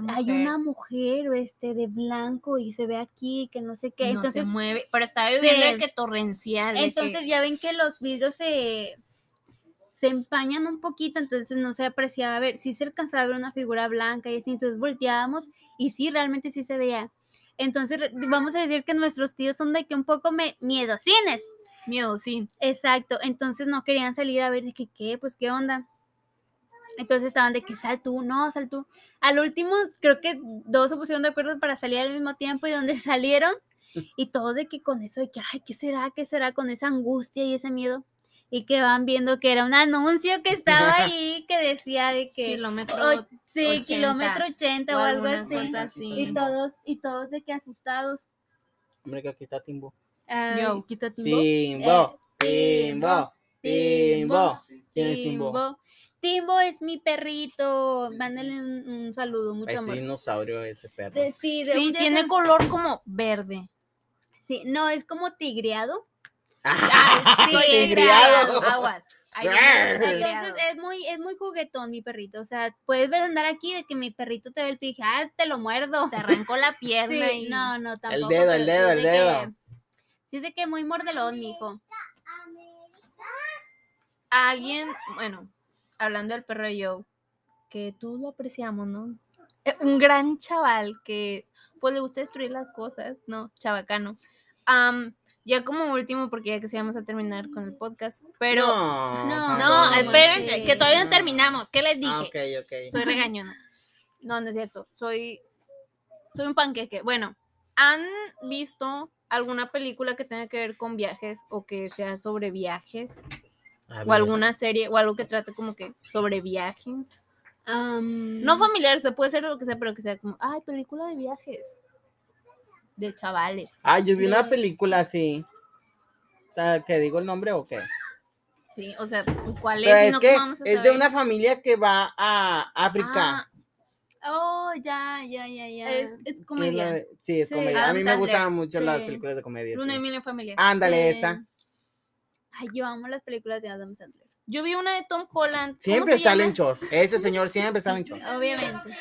[SPEAKER 2] hay una mujer, o este, de blanco y se ve aquí, que no sé qué.
[SPEAKER 3] que no
[SPEAKER 2] entonces,
[SPEAKER 3] se mueve, pero estaba lloviendo
[SPEAKER 2] Sí.
[SPEAKER 3] de que torrencial. de que-
[SPEAKER 2] entonces ya ven que los vidrios se, se empañan un poquito, entonces no se apreciaba ver, sí se alcanzaba a ver una figura blanca y así, entonces volteábamos y sí, realmente sí se veía. Entonces re- vamos a decir que nuestros tíos son de que un poco me miedosines.
[SPEAKER 3] miedo, sí.
[SPEAKER 2] Exacto, entonces no querían salir a ver de que qué, pues qué onda. Entonces estaban de que sal tú, no, sal tú. Al último, creo que dos se pusieron de acuerdo para salir al mismo tiempo y donde salieron, y todos de que con eso, de que, ay, ¿qué será? ¿Qué será? Con esa angustia y ese miedo. Y que van viendo que era un anuncio que estaba ahí que decía de que.
[SPEAKER 3] Kilómetro.
[SPEAKER 2] o- sí,
[SPEAKER 3] 80,
[SPEAKER 2] kilómetro 80 o,
[SPEAKER 3] o
[SPEAKER 2] algo
[SPEAKER 3] alguna
[SPEAKER 2] así.
[SPEAKER 3] cosa
[SPEAKER 1] así.
[SPEAKER 2] Y todos, y todos de que asustados.
[SPEAKER 1] Hombre, que aquí está Timbo.
[SPEAKER 2] Ay,
[SPEAKER 3] Yo.
[SPEAKER 2] quita timbo.
[SPEAKER 1] Timbo,
[SPEAKER 2] Eh,
[SPEAKER 1] Timbo, Timbo. ¿Quién es Timbo?
[SPEAKER 2] Timbo. Timbo es mi perrito. Mándale un, un saludo, mucho
[SPEAKER 1] Es
[SPEAKER 2] amor.
[SPEAKER 1] dinosaurio ese perro.
[SPEAKER 2] De- sí, de-
[SPEAKER 3] Sí,
[SPEAKER 2] de-
[SPEAKER 3] tiene color como verde.
[SPEAKER 2] sí, no, es como tigreado.
[SPEAKER 1] Ah,
[SPEAKER 3] Sí,
[SPEAKER 1] soy
[SPEAKER 3] tigreado,
[SPEAKER 1] tigreado.
[SPEAKER 3] Aguas. Hay unos
[SPEAKER 2] Entonces
[SPEAKER 3] tigreados.
[SPEAKER 2] es muy, es muy juguetón mi perrito. O sea, puedes ver andar aquí de que mi perrito te ve el pie y dice, ah, te lo muerdo.
[SPEAKER 3] te arrancó la pierna
[SPEAKER 2] Sí,
[SPEAKER 3] y
[SPEAKER 2] no, no, tampoco.
[SPEAKER 1] dedo, el
[SPEAKER 2] pero sí
[SPEAKER 1] dedo,
[SPEAKER 2] es
[SPEAKER 1] el
[SPEAKER 2] de
[SPEAKER 1] dedo.
[SPEAKER 2] que- Sí, es de que muy mordelón, mijo.
[SPEAKER 3] alguien, bueno, hablando del perro Joe, que tú lo apreciamos, ¿no? Eh, Un gran chaval que pues le gusta destruir las cosas, ¿no? Chabacano. Am, ya como último, porque ya que sí vamos a terminar con el podcast, pero... No,
[SPEAKER 1] No,
[SPEAKER 2] No,
[SPEAKER 1] tampoco,
[SPEAKER 2] no,
[SPEAKER 3] espérense,
[SPEAKER 2] manches.
[SPEAKER 3] que todavía no
[SPEAKER 1] Ah,
[SPEAKER 3] terminamos. ¿Qué les dije?
[SPEAKER 1] Ah, ok, ok.
[SPEAKER 3] Soy regañona. No, no es cierto. Soy, soy un panqueque. Bueno, ¿han visto alguna película que tenga que ver con viajes o que sea sobre viajes?
[SPEAKER 1] A
[SPEAKER 3] o
[SPEAKER 1] ver,
[SPEAKER 3] alguna serie o algo que trate como que sobre viajes.
[SPEAKER 2] Am,
[SPEAKER 1] Mm.
[SPEAKER 3] No familiar, se puede ser lo que sea, pero que sea como, ay, película de viajes. De chavales.
[SPEAKER 1] Ah, yo vi una
[SPEAKER 2] de-
[SPEAKER 1] película así. Ta- ¿Que digo el nombre o qué?
[SPEAKER 3] Sí, o sea, ¿cuál es?
[SPEAKER 1] Pero
[SPEAKER 3] Si
[SPEAKER 1] es
[SPEAKER 3] no,
[SPEAKER 1] que
[SPEAKER 3] ¿cómo vamos a
[SPEAKER 1] es de
[SPEAKER 3] saber?
[SPEAKER 1] una familia que va a África.
[SPEAKER 3] Ah,
[SPEAKER 2] Oh, ya, ya, ya, ya.
[SPEAKER 3] es, es
[SPEAKER 1] que es la
[SPEAKER 3] comedia.
[SPEAKER 1] de- Sí, es
[SPEAKER 2] Sí.
[SPEAKER 1] comedia. A
[SPEAKER 3] Adam
[SPEAKER 1] mí me
[SPEAKER 3] Sandler,
[SPEAKER 1] gustaban mucho las
[SPEAKER 2] sí.
[SPEAKER 1] películas de comedia.
[SPEAKER 3] Luna
[SPEAKER 1] sí.
[SPEAKER 3] y Mil en Familia.
[SPEAKER 1] Ándale,
[SPEAKER 2] Sí.
[SPEAKER 1] esa.
[SPEAKER 2] Ay, yo amo las películas de Adam Sandler.
[SPEAKER 3] Yo vi una de Tom Holland. ¿cómo
[SPEAKER 1] Siempre
[SPEAKER 3] se
[SPEAKER 1] sale en
[SPEAKER 3] llama?
[SPEAKER 1] short. Ese señor siempre sale en short.
[SPEAKER 3] Obviamente.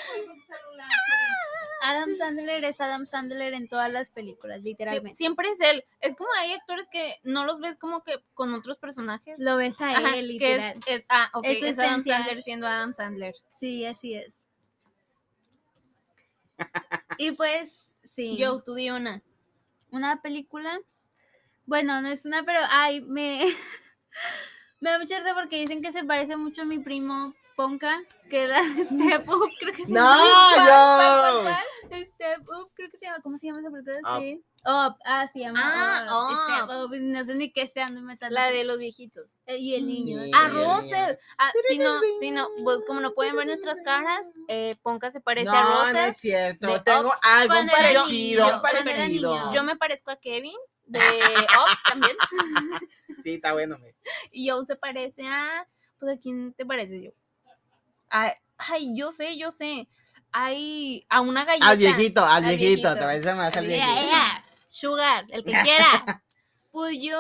[SPEAKER 2] Adam Sandler es Adam Sandler en todas las películas,
[SPEAKER 3] Sie-
[SPEAKER 2] literalmente.
[SPEAKER 3] Siempre es él. Es como hay actores que no los ves como que con otros personajes.
[SPEAKER 2] Lo ves a
[SPEAKER 3] Ajá,
[SPEAKER 2] él,
[SPEAKER 3] que
[SPEAKER 2] literal.
[SPEAKER 3] es, es- ah, ok,
[SPEAKER 2] Es
[SPEAKER 3] es,
[SPEAKER 2] su
[SPEAKER 3] Adam
[SPEAKER 2] esencia.
[SPEAKER 3] Sandler siendo Adam Sandler.
[SPEAKER 2] Sí, así es. y pues, sí.
[SPEAKER 3] Yo, tú di una.
[SPEAKER 2] una película. Bueno, no es una, pero ay, me, me da mucha risa porque dicen que se parece mucho a mi primo Ponca, que era Step Up, creo que se
[SPEAKER 1] ¡No, yo!
[SPEAKER 2] llama. Step Up, Este, creo que se llama. ¿Cómo se llama esa película?
[SPEAKER 1] Up.
[SPEAKER 2] Sí. Up, ah, se llama.
[SPEAKER 3] Ah,
[SPEAKER 2] Up, Este, Step Up, pues, no sé ni qué sea, ando metando.
[SPEAKER 3] La de los viejitos.
[SPEAKER 2] Y el niño.
[SPEAKER 1] Sí.
[SPEAKER 3] A
[SPEAKER 1] el niño.
[SPEAKER 3] Russell. Ah, si no, si no, pues como no pueden ver nuestras caras, eh, Ponca se parece a
[SPEAKER 1] No, no
[SPEAKER 3] Russell.
[SPEAKER 1] es cierto.
[SPEAKER 3] de
[SPEAKER 1] Tengo algo
[SPEAKER 2] cuando era
[SPEAKER 1] parecido.
[SPEAKER 2] niño,
[SPEAKER 1] un
[SPEAKER 2] cuando era
[SPEAKER 1] parecido.
[SPEAKER 2] niño.
[SPEAKER 3] Yo me parezco a Kevin de Up también.
[SPEAKER 1] Sí, está bueno. me-
[SPEAKER 3] Y Joe se parece a. Pues a quién te parece yo. A- ay, yo sé, yo sé. Hay a una galleta.
[SPEAKER 1] Al viejito, al
[SPEAKER 3] Al
[SPEAKER 1] viejito.
[SPEAKER 3] viejito.
[SPEAKER 1] Te parece más al
[SPEAKER 3] Al
[SPEAKER 2] Ea,
[SPEAKER 1] viejito.
[SPEAKER 2] ea, Sugar, el que quiera.
[SPEAKER 3] Pues yo.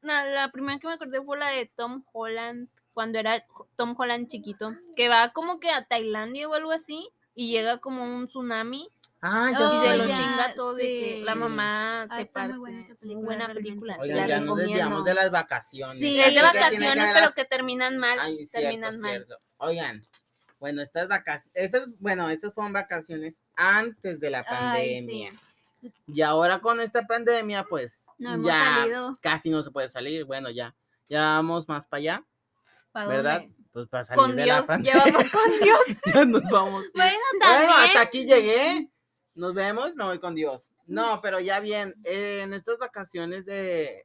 [SPEAKER 3] La, la primera que me acordé fue la de Tom Holland. Cuando era jo- Tom Holland chiquito. Que va como que a Tailandia o algo así. Y llega como un tsunami.
[SPEAKER 1] Ah, ya
[SPEAKER 2] Oh,
[SPEAKER 3] y se
[SPEAKER 1] sé.
[SPEAKER 3] lo
[SPEAKER 2] ya,
[SPEAKER 3] chinga todo de que la
[SPEAKER 1] sí.
[SPEAKER 3] mamá
[SPEAKER 2] Ah,
[SPEAKER 3] se
[SPEAKER 2] está
[SPEAKER 3] parte.
[SPEAKER 2] muy buena esa película,
[SPEAKER 3] buena
[SPEAKER 2] realmente.
[SPEAKER 3] película. se
[SPEAKER 1] Oigan,
[SPEAKER 3] la
[SPEAKER 1] ya nos desviamos
[SPEAKER 3] recomiendo.
[SPEAKER 1] de las vacaciones.
[SPEAKER 2] Sí,
[SPEAKER 3] Es de
[SPEAKER 2] Creo que tiene que
[SPEAKER 3] vacaciones, pero que terminan mal.
[SPEAKER 1] Ay, cierto,
[SPEAKER 3] terminan mal.
[SPEAKER 1] cierto. Oigan, bueno, estas vacaciones, esas, bueno, esas fueron vacaciones antes de la
[SPEAKER 2] Ay, sí.
[SPEAKER 1] pandemia. Y ahora con esta pandemia, pues
[SPEAKER 2] No hemos
[SPEAKER 1] ya
[SPEAKER 2] salido.
[SPEAKER 1] casi no se puede salir. Bueno, ya, ya vamos más para allá,
[SPEAKER 3] ¿Pa'
[SPEAKER 1] ¿verdad?
[SPEAKER 3] dónde?
[SPEAKER 1] Pues para salir
[SPEAKER 3] Con
[SPEAKER 1] de
[SPEAKER 3] Dios.
[SPEAKER 1] la pandemia.
[SPEAKER 3] Llevamos con Dios.
[SPEAKER 1] Ya nos vamos.
[SPEAKER 2] Bueno,
[SPEAKER 1] Bueno,
[SPEAKER 2] también.
[SPEAKER 1] hasta aquí llegué. Nos vemos, me voy con Dios. No, pero ya bien, eh, en estas vacaciones de,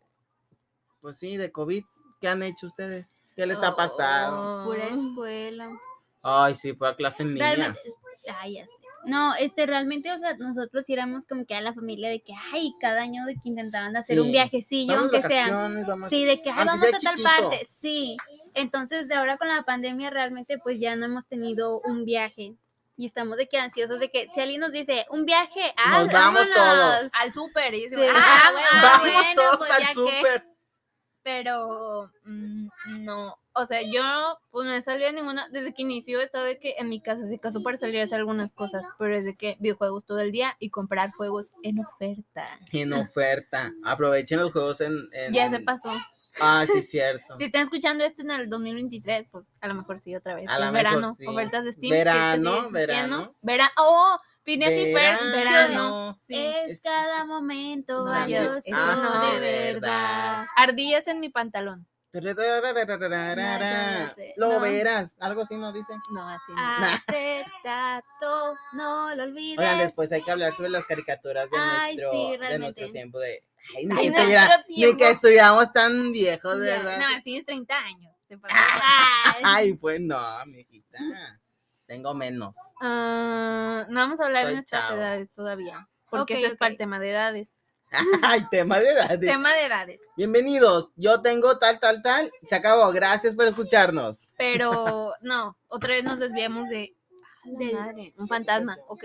[SPEAKER 1] pues sí, de COVID, ¿qué han hecho ustedes? ¿Qué les ha pasado?
[SPEAKER 2] Pura escuela.
[SPEAKER 1] Ay, sí, para clase en línea.
[SPEAKER 2] Ah. Realmente, ay, ya sé. No, este, realmente, o sea, nosotros sí éramos como que a la familia de que, ay, cada año de que intentaban hacer
[SPEAKER 1] Sí.
[SPEAKER 2] un viajecillo,
[SPEAKER 1] Vamos de
[SPEAKER 2] aunque sea.
[SPEAKER 1] vacaciones, vamos-
[SPEAKER 2] Sí, de que, ay,
[SPEAKER 1] aunque
[SPEAKER 2] vamos
[SPEAKER 1] sea
[SPEAKER 2] a tal
[SPEAKER 1] chiquito.
[SPEAKER 2] parte. Sí. Entonces, de ahora con la pandemia, realmente, pues ya no hemos tenido un viaje. Y estamos de que ansiosos de que si alguien nos dice un viaje, ah,
[SPEAKER 1] Nos vamos
[SPEAKER 2] vámonos". Ah,
[SPEAKER 1] todos.
[SPEAKER 3] Al súper. Y dice,
[SPEAKER 2] Sí.
[SPEAKER 3] ah, bueno,
[SPEAKER 2] Ah,
[SPEAKER 1] Vamos
[SPEAKER 3] bueno,
[SPEAKER 1] todos
[SPEAKER 3] pues ya
[SPEAKER 1] al
[SPEAKER 3] qué.
[SPEAKER 1] súper.
[SPEAKER 3] Pero mm, no. O sea, yo pues no he salido a ninguna. Desde que inició he estado de que en mi casa se casó para salir a hacer algunas cosas. Pero desde que videojuegos todo el día y comprar juegos en oferta.
[SPEAKER 1] En oferta. Aprovechen los juegos en. en-
[SPEAKER 3] Ya se pasó.
[SPEAKER 1] Ah, sí, cierto.
[SPEAKER 3] Si están escuchando esto en el 2023, pues a lo mejor sí otra vez.
[SPEAKER 1] A lo
[SPEAKER 3] es
[SPEAKER 1] mejor
[SPEAKER 3] verano.
[SPEAKER 1] sí.
[SPEAKER 3] Ofertas de Steam.
[SPEAKER 1] Verano,
[SPEAKER 3] si es que sigue existiendo.
[SPEAKER 1] verano.
[SPEAKER 3] Vera- oh, Phineas y Ferb,
[SPEAKER 1] Verano.
[SPEAKER 3] verano. Sí.
[SPEAKER 2] Es,
[SPEAKER 1] es-
[SPEAKER 2] cada momento
[SPEAKER 3] No, yo-
[SPEAKER 2] valioso
[SPEAKER 3] eso no,
[SPEAKER 2] de
[SPEAKER 3] de
[SPEAKER 2] verdad.
[SPEAKER 1] verdad.
[SPEAKER 3] Ardillas en mi pantalón.
[SPEAKER 2] No, eso no sé.
[SPEAKER 1] Lo
[SPEAKER 2] No.
[SPEAKER 1] verás. Algo así nos dicen.
[SPEAKER 3] No, así no.
[SPEAKER 2] Ah,
[SPEAKER 1] Ah,
[SPEAKER 2] Acepta todo, no lo olvides.
[SPEAKER 1] Oigan, después pues, hay que hablar sobre las caricaturas de,
[SPEAKER 2] Ay, sí,
[SPEAKER 1] nuestro, de nuestro
[SPEAKER 2] realmente.
[SPEAKER 1] tiempo de. Ay, ni,
[SPEAKER 3] Ay,
[SPEAKER 1] que
[SPEAKER 3] nuestro
[SPEAKER 1] estuviera- ni
[SPEAKER 3] tiempo.
[SPEAKER 1] que estuviéramos tan viejos, de
[SPEAKER 3] Ya,
[SPEAKER 1] verdad.
[SPEAKER 3] No, tienes 30 años. te pasas.
[SPEAKER 1] Ah. Ay, pues no, mijita. Tengo menos.
[SPEAKER 3] Ah, no vamos a hablar de
[SPEAKER 1] Estoy
[SPEAKER 3] nuestras
[SPEAKER 1] chavo.
[SPEAKER 3] edades todavía. Porque
[SPEAKER 2] Ok,
[SPEAKER 3] eso es para el
[SPEAKER 2] ok.
[SPEAKER 3] tema de edades.
[SPEAKER 1] Ay, tema de edades.
[SPEAKER 3] Tema de edades.
[SPEAKER 1] Bienvenidos, yo tengo tal, tal, tal. Se acabó, gracias por escucharnos.
[SPEAKER 3] Pero no, otra vez nos desviamos de. a la
[SPEAKER 2] Del-
[SPEAKER 3] madre, un fantasma. Ok.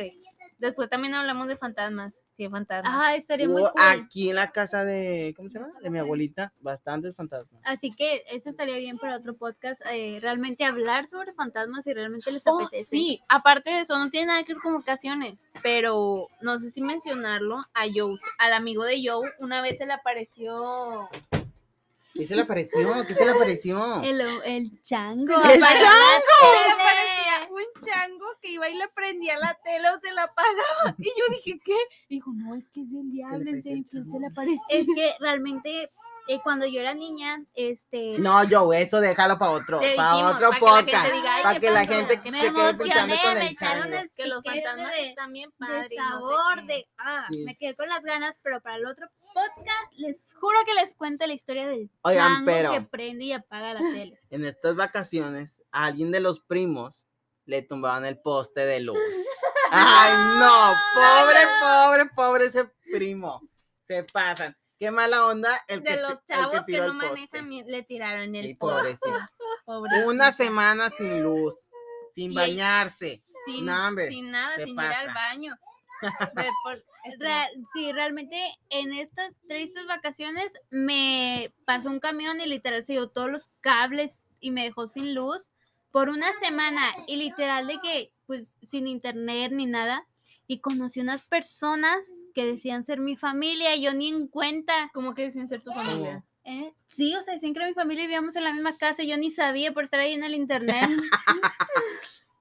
[SPEAKER 3] Después también hablamos de fantasmas. Sí, de fantasmas.
[SPEAKER 2] Ay, estaría muy
[SPEAKER 1] Hubo
[SPEAKER 2] cool.
[SPEAKER 1] aquí en la casa de, ¿cómo se llama? De mi abuelita, bastantes fantasmas.
[SPEAKER 2] Así que eso estaría bien para otro podcast. eh, realmente hablar sobre fantasmas si realmente les
[SPEAKER 3] Oh,
[SPEAKER 2] apetece.
[SPEAKER 3] sí, aparte de eso, no tiene nada que ver con ocasiones, pero no sé si mencionarlo a Joe, al amigo de Joe, una vez se le apareció
[SPEAKER 1] ¿Qué se le apareció? ¿Qué se le apareció?
[SPEAKER 2] El, el chango.
[SPEAKER 1] ¡El
[SPEAKER 2] para la
[SPEAKER 3] Se le
[SPEAKER 2] tele.
[SPEAKER 3] parecía un chango que iba y le prendía la tela o se la apagaba. Y yo dije, ¿qué? Dijo, no, es que es el diablo, es
[SPEAKER 1] pareció el
[SPEAKER 3] el quien se
[SPEAKER 1] chango?
[SPEAKER 3] le apareció.
[SPEAKER 2] Es que realmente eh, cuando yo era niña, este.
[SPEAKER 1] No, yo, eso déjalo para otro,
[SPEAKER 3] Te
[SPEAKER 1] para
[SPEAKER 3] dijimos,
[SPEAKER 1] otro
[SPEAKER 3] pa' que la gente
[SPEAKER 1] podcast.
[SPEAKER 3] diga, "Ay,
[SPEAKER 1] Para
[SPEAKER 3] ¿qué
[SPEAKER 1] que la
[SPEAKER 3] pasó?
[SPEAKER 1] gente
[SPEAKER 3] Que
[SPEAKER 1] se
[SPEAKER 2] me
[SPEAKER 1] quede pensando
[SPEAKER 2] emocioné,
[SPEAKER 1] con
[SPEAKER 2] me
[SPEAKER 1] el
[SPEAKER 2] echaron
[SPEAKER 1] chango.
[SPEAKER 2] el-
[SPEAKER 3] Que los
[SPEAKER 2] piquete
[SPEAKER 3] fantasmas
[SPEAKER 2] de-
[SPEAKER 3] están bien
[SPEAKER 2] de
[SPEAKER 3] padres. no sé
[SPEAKER 2] sabor
[SPEAKER 3] qué.
[SPEAKER 2] de ah,
[SPEAKER 1] Sí.
[SPEAKER 2] me quedé con las ganas pero para el otro podcast les juro que les cuento la historia del
[SPEAKER 1] Oigan,
[SPEAKER 2] chango
[SPEAKER 1] pero-
[SPEAKER 2] que prende y apaga la tele
[SPEAKER 1] En estas vacaciones, a alguien de los primos le tumbaban el poste de luz. ¡Ay, no! Pobre, pobre, pobre ese primo. Se pasan. Qué mala onda el que,
[SPEAKER 3] De
[SPEAKER 1] ti-
[SPEAKER 3] los
[SPEAKER 1] el
[SPEAKER 3] chavos que,
[SPEAKER 1] tiró
[SPEAKER 3] no
[SPEAKER 1] el poste.
[SPEAKER 3] manejan, bien, le tiraron el
[SPEAKER 1] Sí,
[SPEAKER 3] pobre.
[SPEAKER 1] pobrecito.
[SPEAKER 3] pobre.
[SPEAKER 1] Una semana sin luz, sin
[SPEAKER 3] Y ahí-
[SPEAKER 1] bañarse.
[SPEAKER 3] sin,
[SPEAKER 1] No, hombre,
[SPEAKER 3] sin nada,
[SPEAKER 1] se
[SPEAKER 3] sin ir
[SPEAKER 1] pasa.
[SPEAKER 3] al baño. Ver por-
[SPEAKER 2] Real- sí realmente en estas tristes vacaciones me pasó un camión y literal se llevó todos los cables y me dejó sin luz por una semana y literal de que pues sin internet ni nada y conocí unas personas que decían ser mi familia y yo ni en cuenta.
[SPEAKER 3] Como que sin ser tu familia.
[SPEAKER 2] ¿eh? Sí, o sea, decían que era mi familia y vivíamos en la misma casa y yo ni sabía por estar ahí en el internet.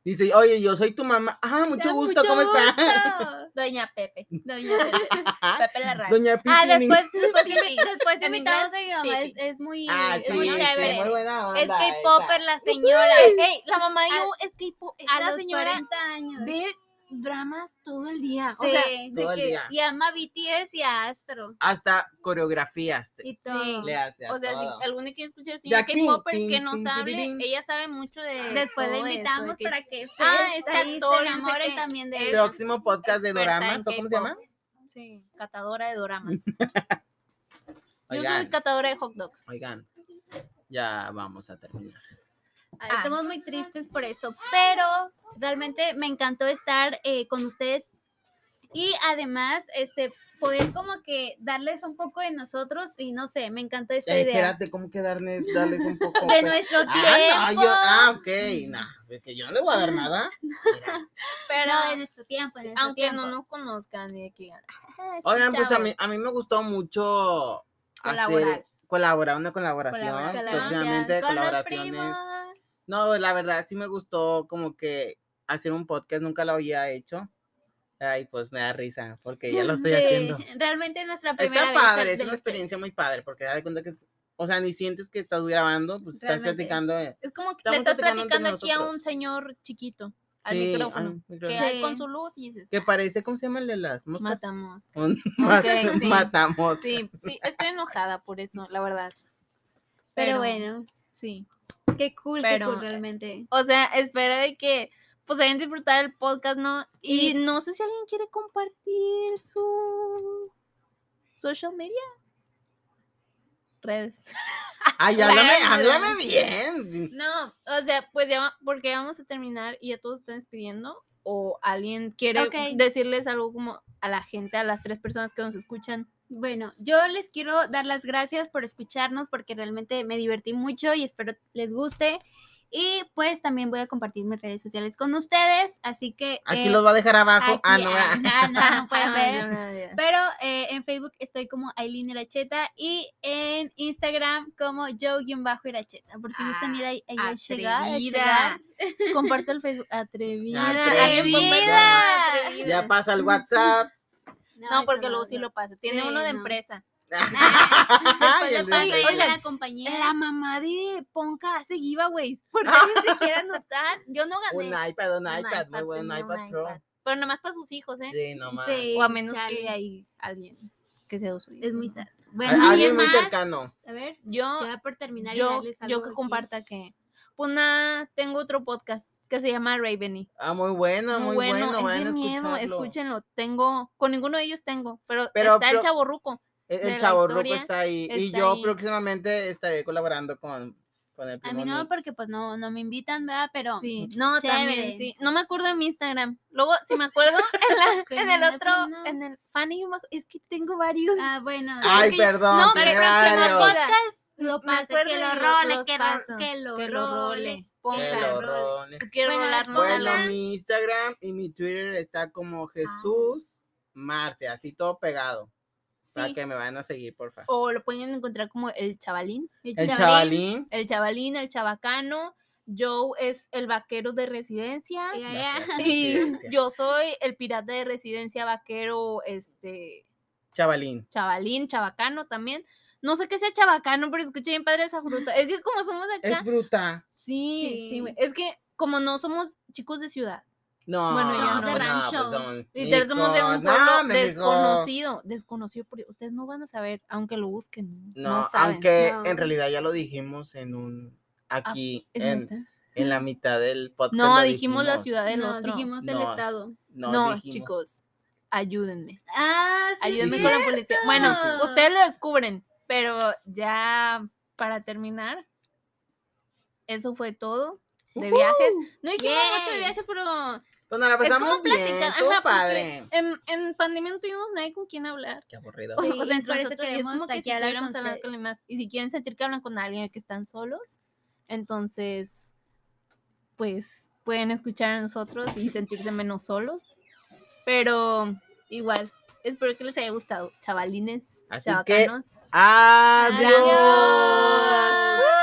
[SPEAKER 1] Dice, oye, yo soy tu mamá. Ah, mucho
[SPEAKER 2] Da
[SPEAKER 1] gusto,
[SPEAKER 2] mucho
[SPEAKER 1] ¿cómo estás?
[SPEAKER 2] gusto.
[SPEAKER 3] Doña Pepe. Doña Pepe. Pepe la rara.
[SPEAKER 1] Doña Pipi.
[SPEAKER 2] Ah,
[SPEAKER 1] en
[SPEAKER 2] después,
[SPEAKER 1] inglés.
[SPEAKER 2] después,
[SPEAKER 3] Pipi.
[SPEAKER 2] invi- después
[SPEAKER 3] En
[SPEAKER 2] invitamos a mi
[SPEAKER 3] inglés,
[SPEAKER 2] mamá, es,
[SPEAKER 3] pipi.
[SPEAKER 2] es muy,
[SPEAKER 1] Ah,
[SPEAKER 2] es
[SPEAKER 1] sí,
[SPEAKER 2] muy
[SPEAKER 1] sí,
[SPEAKER 2] chévere.
[SPEAKER 1] muy buena onda
[SPEAKER 2] es
[SPEAKER 1] esa.
[SPEAKER 2] K-Popper la señora.
[SPEAKER 3] Ey, la mamá de
[SPEAKER 2] A-
[SPEAKER 3] Joe es K-pop. Es
[SPEAKER 2] a
[SPEAKER 3] la
[SPEAKER 2] los
[SPEAKER 3] señora
[SPEAKER 2] 40 años.
[SPEAKER 3] ve dramas todo el día. O
[SPEAKER 2] Sí,
[SPEAKER 3] sea,
[SPEAKER 2] de
[SPEAKER 1] todo el
[SPEAKER 2] que-
[SPEAKER 1] día.
[SPEAKER 2] Y ama BTS y a Astro.
[SPEAKER 1] Hasta coreografías te-
[SPEAKER 2] Y todo.
[SPEAKER 1] le hace a
[SPEAKER 3] o sea,
[SPEAKER 1] todo.
[SPEAKER 3] si alguno quiere escuchar al señor
[SPEAKER 1] Blackpink,
[SPEAKER 3] K-Popper
[SPEAKER 1] tin,
[SPEAKER 3] que nos
[SPEAKER 1] tin,
[SPEAKER 3] hable,
[SPEAKER 1] tin, tin.
[SPEAKER 3] ella sabe mucho de
[SPEAKER 2] Después la
[SPEAKER 3] todo eso, de
[SPEAKER 2] invitamos
[SPEAKER 3] que
[SPEAKER 2] para que
[SPEAKER 3] Ah,
[SPEAKER 2] ustedes
[SPEAKER 3] esta
[SPEAKER 2] ahí se
[SPEAKER 3] actora, no sé
[SPEAKER 2] enamoren
[SPEAKER 3] qué.
[SPEAKER 2] también de
[SPEAKER 3] Es-
[SPEAKER 2] ella.
[SPEAKER 1] Próximo podcast de
[SPEAKER 3] experta en
[SPEAKER 1] doramas, ¿o cómo se llama?
[SPEAKER 3] es- Sí, catadora de doramas. Yo soy
[SPEAKER 1] Oigan,
[SPEAKER 3] catadora de hot dogs.
[SPEAKER 1] oigan, ya vamos a terminar.
[SPEAKER 2] Ah,
[SPEAKER 3] Ah.
[SPEAKER 2] Estamos muy tristes por esto, pero realmente me encantó estar eh, con ustedes y además este poder como que darles un poco de nosotros y no sé, me encantó esta
[SPEAKER 1] Eh,
[SPEAKER 2] idea
[SPEAKER 1] espérate, ¿cómo que darles, darles un poco?
[SPEAKER 2] de
[SPEAKER 1] pues?
[SPEAKER 2] nuestro tiempo.
[SPEAKER 1] Ah, no, yo, ah, ok, no, es que yo no le voy a dar nada. Mira.
[SPEAKER 3] Pero
[SPEAKER 2] No, de nuestro tiempo, de nuestro
[SPEAKER 3] aunque
[SPEAKER 2] pues, tiempo.
[SPEAKER 3] no nos conozcan y de que digan, "Ah, estos
[SPEAKER 1] Oigan, pues a
[SPEAKER 3] chavos".
[SPEAKER 1] mí, a mí me gustó mucho hacer
[SPEAKER 3] Colaborar.
[SPEAKER 1] colaborar, una colaboración,
[SPEAKER 2] Colaboración
[SPEAKER 1] próximamente
[SPEAKER 2] con los
[SPEAKER 1] colaboraciones.
[SPEAKER 2] primos.
[SPEAKER 1] No, pues, la verdad sí me gustó como que hacer un podcast, nunca lo había hecho. Ay, pues me da risa porque ya lo estoy
[SPEAKER 2] Sí,
[SPEAKER 1] haciendo.
[SPEAKER 2] Realmente es nuestra primera
[SPEAKER 1] Está
[SPEAKER 2] vez.
[SPEAKER 1] padre,
[SPEAKER 2] de
[SPEAKER 1] es una
[SPEAKER 2] los
[SPEAKER 1] experiencia
[SPEAKER 2] tres.
[SPEAKER 1] muy padre porque da de cuenta que, es- o sea, ni sientes que estás grabando, pues estás
[SPEAKER 2] Realmente.
[SPEAKER 1] platicando. de-
[SPEAKER 3] Es como que
[SPEAKER 1] Estamos
[SPEAKER 3] le estás
[SPEAKER 1] platicando entre
[SPEAKER 3] platicando aquí a un
[SPEAKER 1] nosotros.
[SPEAKER 3] señor chiquito, al
[SPEAKER 1] Sí,
[SPEAKER 3] micrófono,
[SPEAKER 1] al
[SPEAKER 3] que
[SPEAKER 1] micrófono.
[SPEAKER 2] hay-
[SPEAKER 3] hay con su luz y dices,
[SPEAKER 1] Que
[SPEAKER 3] "Ah,
[SPEAKER 1] parece, ¿cómo se llama el de las moscas?
[SPEAKER 3] matamos.
[SPEAKER 1] Un-
[SPEAKER 3] Ok, sí.
[SPEAKER 1] Matamos.
[SPEAKER 3] Sí, sí, estoy enojada por eso, la verdad.
[SPEAKER 2] Pero bueno,
[SPEAKER 3] Sí.
[SPEAKER 2] qué cool,
[SPEAKER 3] Pero-
[SPEAKER 2] qué cool realmente.
[SPEAKER 3] O sea, espero de que pues hayan disfrutado el podcast, ¿no? Y no sé si alguien quiere compartir su social media. Redes.
[SPEAKER 1] Ay, háblame,
[SPEAKER 3] Claro.
[SPEAKER 1] háblame bien.
[SPEAKER 3] No, o sea, pues ya, va- porque ya vamos a terminar y ya todos están despidiendo. O alguien quiere
[SPEAKER 2] Ok.
[SPEAKER 3] decirles algo como a la gente, a las tres personas que nos escuchan.
[SPEAKER 2] Bueno, yo les quiero dar las gracias por escucharnos porque realmente me divertí mucho y espero les guste. Y pues también voy a compartir mis redes sociales con ustedes, así que...
[SPEAKER 1] Aquí
[SPEAKER 2] eh,
[SPEAKER 1] los va a dejar abajo. ah,
[SPEAKER 2] aquí-
[SPEAKER 1] no,
[SPEAKER 2] ah,
[SPEAKER 1] va.
[SPEAKER 2] ah, no, no pueden
[SPEAKER 3] Ah,
[SPEAKER 2] ver.
[SPEAKER 3] yo no había-
[SPEAKER 2] Pero eh, en Facebook estoy como Aileen Iracheta y en Instagram como yo-iracheta, por si gustan ir ahí ahí a llegar. a llegar.
[SPEAKER 3] Ah, Atrevida. Comparte el Facebook. Atrevida.
[SPEAKER 1] Atrevida.
[SPEAKER 3] Alguien comparte el
[SPEAKER 2] Atrevida.
[SPEAKER 3] Facebook,
[SPEAKER 1] ya
[SPEAKER 3] atrevida.
[SPEAKER 1] pasa el WhatsApp.
[SPEAKER 3] No,
[SPEAKER 2] eso
[SPEAKER 3] porque luego sí
[SPEAKER 2] no.
[SPEAKER 3] lo pasa. Tiene
[SPEAKER 2] Sí,
[SPEAKER 3] uno de
[SPEAKER 2] no.
[SPEAKER 3] empresa.
[SPEAKER 2] Nah,
[SPEAKER 1] Ay,
[SPEAKER 2] después
[SPEAKER 1] el
[SPEAKER 2] le
[SPEAKER 1] de Andrea.
[SPEAKER 2] paso ahí a
[SPEAKER 3] oigan,
[SPEAKER 2] la compañía.
[SPEAKER 3] La mamá de Ponca hace giveaways. Porque alguien se quiere anotar. Yo no
[SPEAKER 1] un
[SPEAKER 3] gané.
[SPEAKER 1] iPad, un
[SPEAKER 3] Un ¿eh?
[SPEAKER 1] iPad, muy bueno, un
[SPEAKER 3] tenía
[SPEAKER 1] iPad Pro.
[SPEAKER 3] Pero nada más para sus hijos, ¿eh?
[SPEAKER 1] Sí, nomás.
[SPEAKER 2] Sí,
[SPEAKER 3] O a menos
[SPEAKER 2] chale.
[SPEAKER 3] que hay alguien que sea usuario.
[SPEAKER 2] Es muy sad. Bueno,
[SPEAKER 1] Al-
[SPEAKER 2] ¿alguien
[SPEAKER 1] Alguien muy
[SPEAKER 2] más?
[SPEAKER 1] cercano.
[SPEAKER 2] A ver,
[SPEAKER 3] Yo,
[SPEAKER 2] ya por terminar y
[SPEAKER 3] yo,
[SPEAKER 2] darles
[SPEAKER 3] yo
[SPEAKER 2] algo
[SPEAKER 3] que
[SPEAKER 2] aquí.
[SPEAKER 3] comparta que. Pues nada, tengo otro podcast que se llama Raveny.
[SPEAKER 1] Ah, muy bueno, muy, bueno.
[SPEAKER 3] es
[SPEAKER 1] vayan
[SPEAKER 3] de
[SPEAKER 1] a
[SPEAKER 3] miedo,
[SPEAKER 1] escucharlo.
[SPEAKER 3] escúchenlo. Tengo, con ninguno de ellos tengo, pero,
[SPEAKER 1] Pero
[SPEAKER 3] está el
[SPEAKER 1] pro-
[SPEAKER 3] chaborruco.
[SPEAKER 1] e, El,
[SPEAKER 3] de
[SPEAKER 1] el
[SPEAKER 3] la
[SPEAKER 1] chavo Ruco
[SPEAKER 3] historia
[SPEAKER 1] está ahí. y
[SPEAKER 3] está
[SPEAKER 1] yo
[SPEAKER 3] ahí.
[SPEAKER 1] próximamente estaré colaborando con, con el
[SPEAKER 2] A
[SPEAKER 1] primo.
[SPEAKER 2] mí no,
[SPEAKER 1] Nick.
[SPEAKER 2] porque pues no, no me invitan, ¿verdad? Pero
[SPEAKER 3] sí, no,
[SPEAKER 2] chévere.
[SPEAKER 3] también, sí. No me acuerdo de mi Instagram. Luego, si me acuerdo, en, la- en
[SPEAKER 2] Pero
[SPEAKER 3] el
[SPEAKER 2] no,
[SPEAKER 3] otro,
[SPEAKER 2] pues, no.
[SPEAKER 3] en el Fanny, yo me ac- es que tengo varios.
[SPEAKER 2] Ah, bueno.
[SPEAKER 3] Ah,
[SPEAKER 1] Ay,
[SPEAKER 3] que-
[SPEAKER 1] perdón.
[SPEAKER 3] no,
[SPEAKER 1] tiene
[SPEAKER 3] pero se me
[SPEAKER 1] varios.
[SPEAKER 3] olvida.
[SPEAKER 2] podcast lo
[SPEAKER 3] me
[SPEAKER 2] pasa,
[SPEAKER 3] acuerdo
[SPEAKER 2] que
[SPEAKER 3] y
[SPEAKER 2] lo
[SPEAKER 3] los-
[SPEAKER 2] role,
[SPEAKER 3] los
[SPEAKER 2] que,
[SPEAKER 3] paso,
[SPEAKER 2] ro- que lo
[SPEAKER 3] que lo
[SPEAKER 2] role.
[SPEAKER 3] role. Ponga.
[SPEAKER 1] Que
[SPEAKER 2] Hola,
[SPEAKER 1] lo
[SPEAKER 2] Rol.
[SPEAKER 1] rolen.
[SPEAKER 3] Tú quieres
[SPEAKER 2] Bueno,
[SPEAKER 3] rolarnos
[SPEAKER 1] Bueno,
[SPEAKER 3] algo.
[SPEAKER 1] mi Instagram y mi Twitter está como
[SPEAKER 3] Ah.
[SPEAKER 1] Jesús Marce, así todo pegado. Para
[SPEAKER 3] Sí. Oh,
[SPEAKER 1] que me vayan a seguir, porfa.
[SPEAKER 3] O lo pueden encontrar como el chavalín.
[SPEAKER 1] El chavalín.
[SPEAKER 3] El chavalín, el chabacano. Joe es el vaquero de residencia.
[SPEAKER 2] Ya,
[SPEAKER 1] Ya
[SPEAKER 2] ya.
[SPEAKER 1] que-
[SPEAKER 3] Y
[SPEAKER 1] Residencia.
[SPEAKER 3] yo soy el pirata de residencia vaquero, este,
[SPEAKER 1] Chavalín.
[SPEAKER 3] chavalín, chabacano también. No sé qué sea chabacano, pero escuché bien padre esa fruta. Es que como somos acá.
[SPEAKER 1] Es fruta.
[SPEAKER 3] Sí,
[SPEAKER 2] Sí.
[SPEAKER 3] sí, güey. Es que como no somos chicos de ciudad,
[SPEAKER 1] No,
[SPEAKER 3] Bueno, ya
[SPEAKER 1] no,
[SPEAKER 3] no.
[SPEAKER 1] pues
[SPEAKER 2] De rancho.
[SPEAKER 1] son
[SPEAKER 3] literal somos de
[SPEAKER 1] micos.
[SPEAKER 3] un
[SPEAKER 1] No,
[SPEAKER 3] pueblo
[SPEAKER 1] me dijo.
[SPEAKER 3] desconocido. Desconocido, porque ustedes no van a saber, aunque lo busquen. No,
[SPEAKER 1] No,
[SPEAKER 3] saben. Ah,
[SPEAKER 1] aunque
[SPEAKER 2] no.
[SPEAKER 1] en realidad ya lo dijimos en un aquí
[SPEAKER 3] ¿Es
[SPEAKER 1] en,
[SPEAKER 3] neta?
[SPEAKER 1] en la mitad del podcast.
[SPEAKER 3] No,
[SPEAKER 1] lo
[SPEAKER 3] dijimos la ciudad del
[SPEAKER 2] No,
[SPEAKER 3] otro.
[SPEAKER 2] dijimos el
[SPEAKER 1] No.
[SPEAKER 2] estado.
[SPEAKER 1] No,
[SPEAKER 3] no,
[SPEAKER 1] dijimos.
[SPEAKER 3] chicos, ayúdenme.
[SPEAKER 2] Ah, sí.
[SPEAKER 3] Ayúdenme
[SPEAKER 1] sí.
[SPEAKER 3] con la policía. Bueno,
[SPEAKER 2] cierto.
[SPEAKER 3] ustedes lo descubren, pero ya para terminar, eso fue todo de viajes. No dijimos mucho de
[SPEAKER 2] Yay.
[SPEAKER 3] viajes, pero
[SPEAKER 1] Pues nos la
[SPEAKER 3] es
[SPEAKER 1] pasamos
[SPEAKER 3] como
[SPEAKER 1] bien,
[SPEAKER 3] platicar.
[SPEAKER 1] todo
[SPEAKER 3] Ajá,
[SPEAKER 1] padre.
[SPEAKER 3] porque en, en pandemia no tuvimos nadie con quien hablar.
[SPEAKER 1] Qué aburrido.
[SPEAKER 3] O-
[SPEAKER 2] Sí,
[SPEAKER 3] o sea, entre
[SPEAKER 2] por eso
[SPEAKER 3] nosotros, y es
[SPEAKER 2] queremos
[SPEAKER 3] como que
[SPEAKER 2] aquí
[SPEAKER 3] si
[SPEAKER 2] hablar con
[SPEAKER 3] estuviéramos hablando con
[SPEAKER 2] ustedes.
[SPEAKER 3] alguien más. Y si quieren sentir que hablan con alguien que están solos, Entonces, pues pueden escuchar a nosotros y sentirse menos solos. Pero igual, espero que les haya gustado, chavalines,
[SPEAKER 1] Así que,
[SPEAKER 3] chavacanos.
[SPEAKER 1] Adiós.
[SPEAKER 3] ¡Adiós!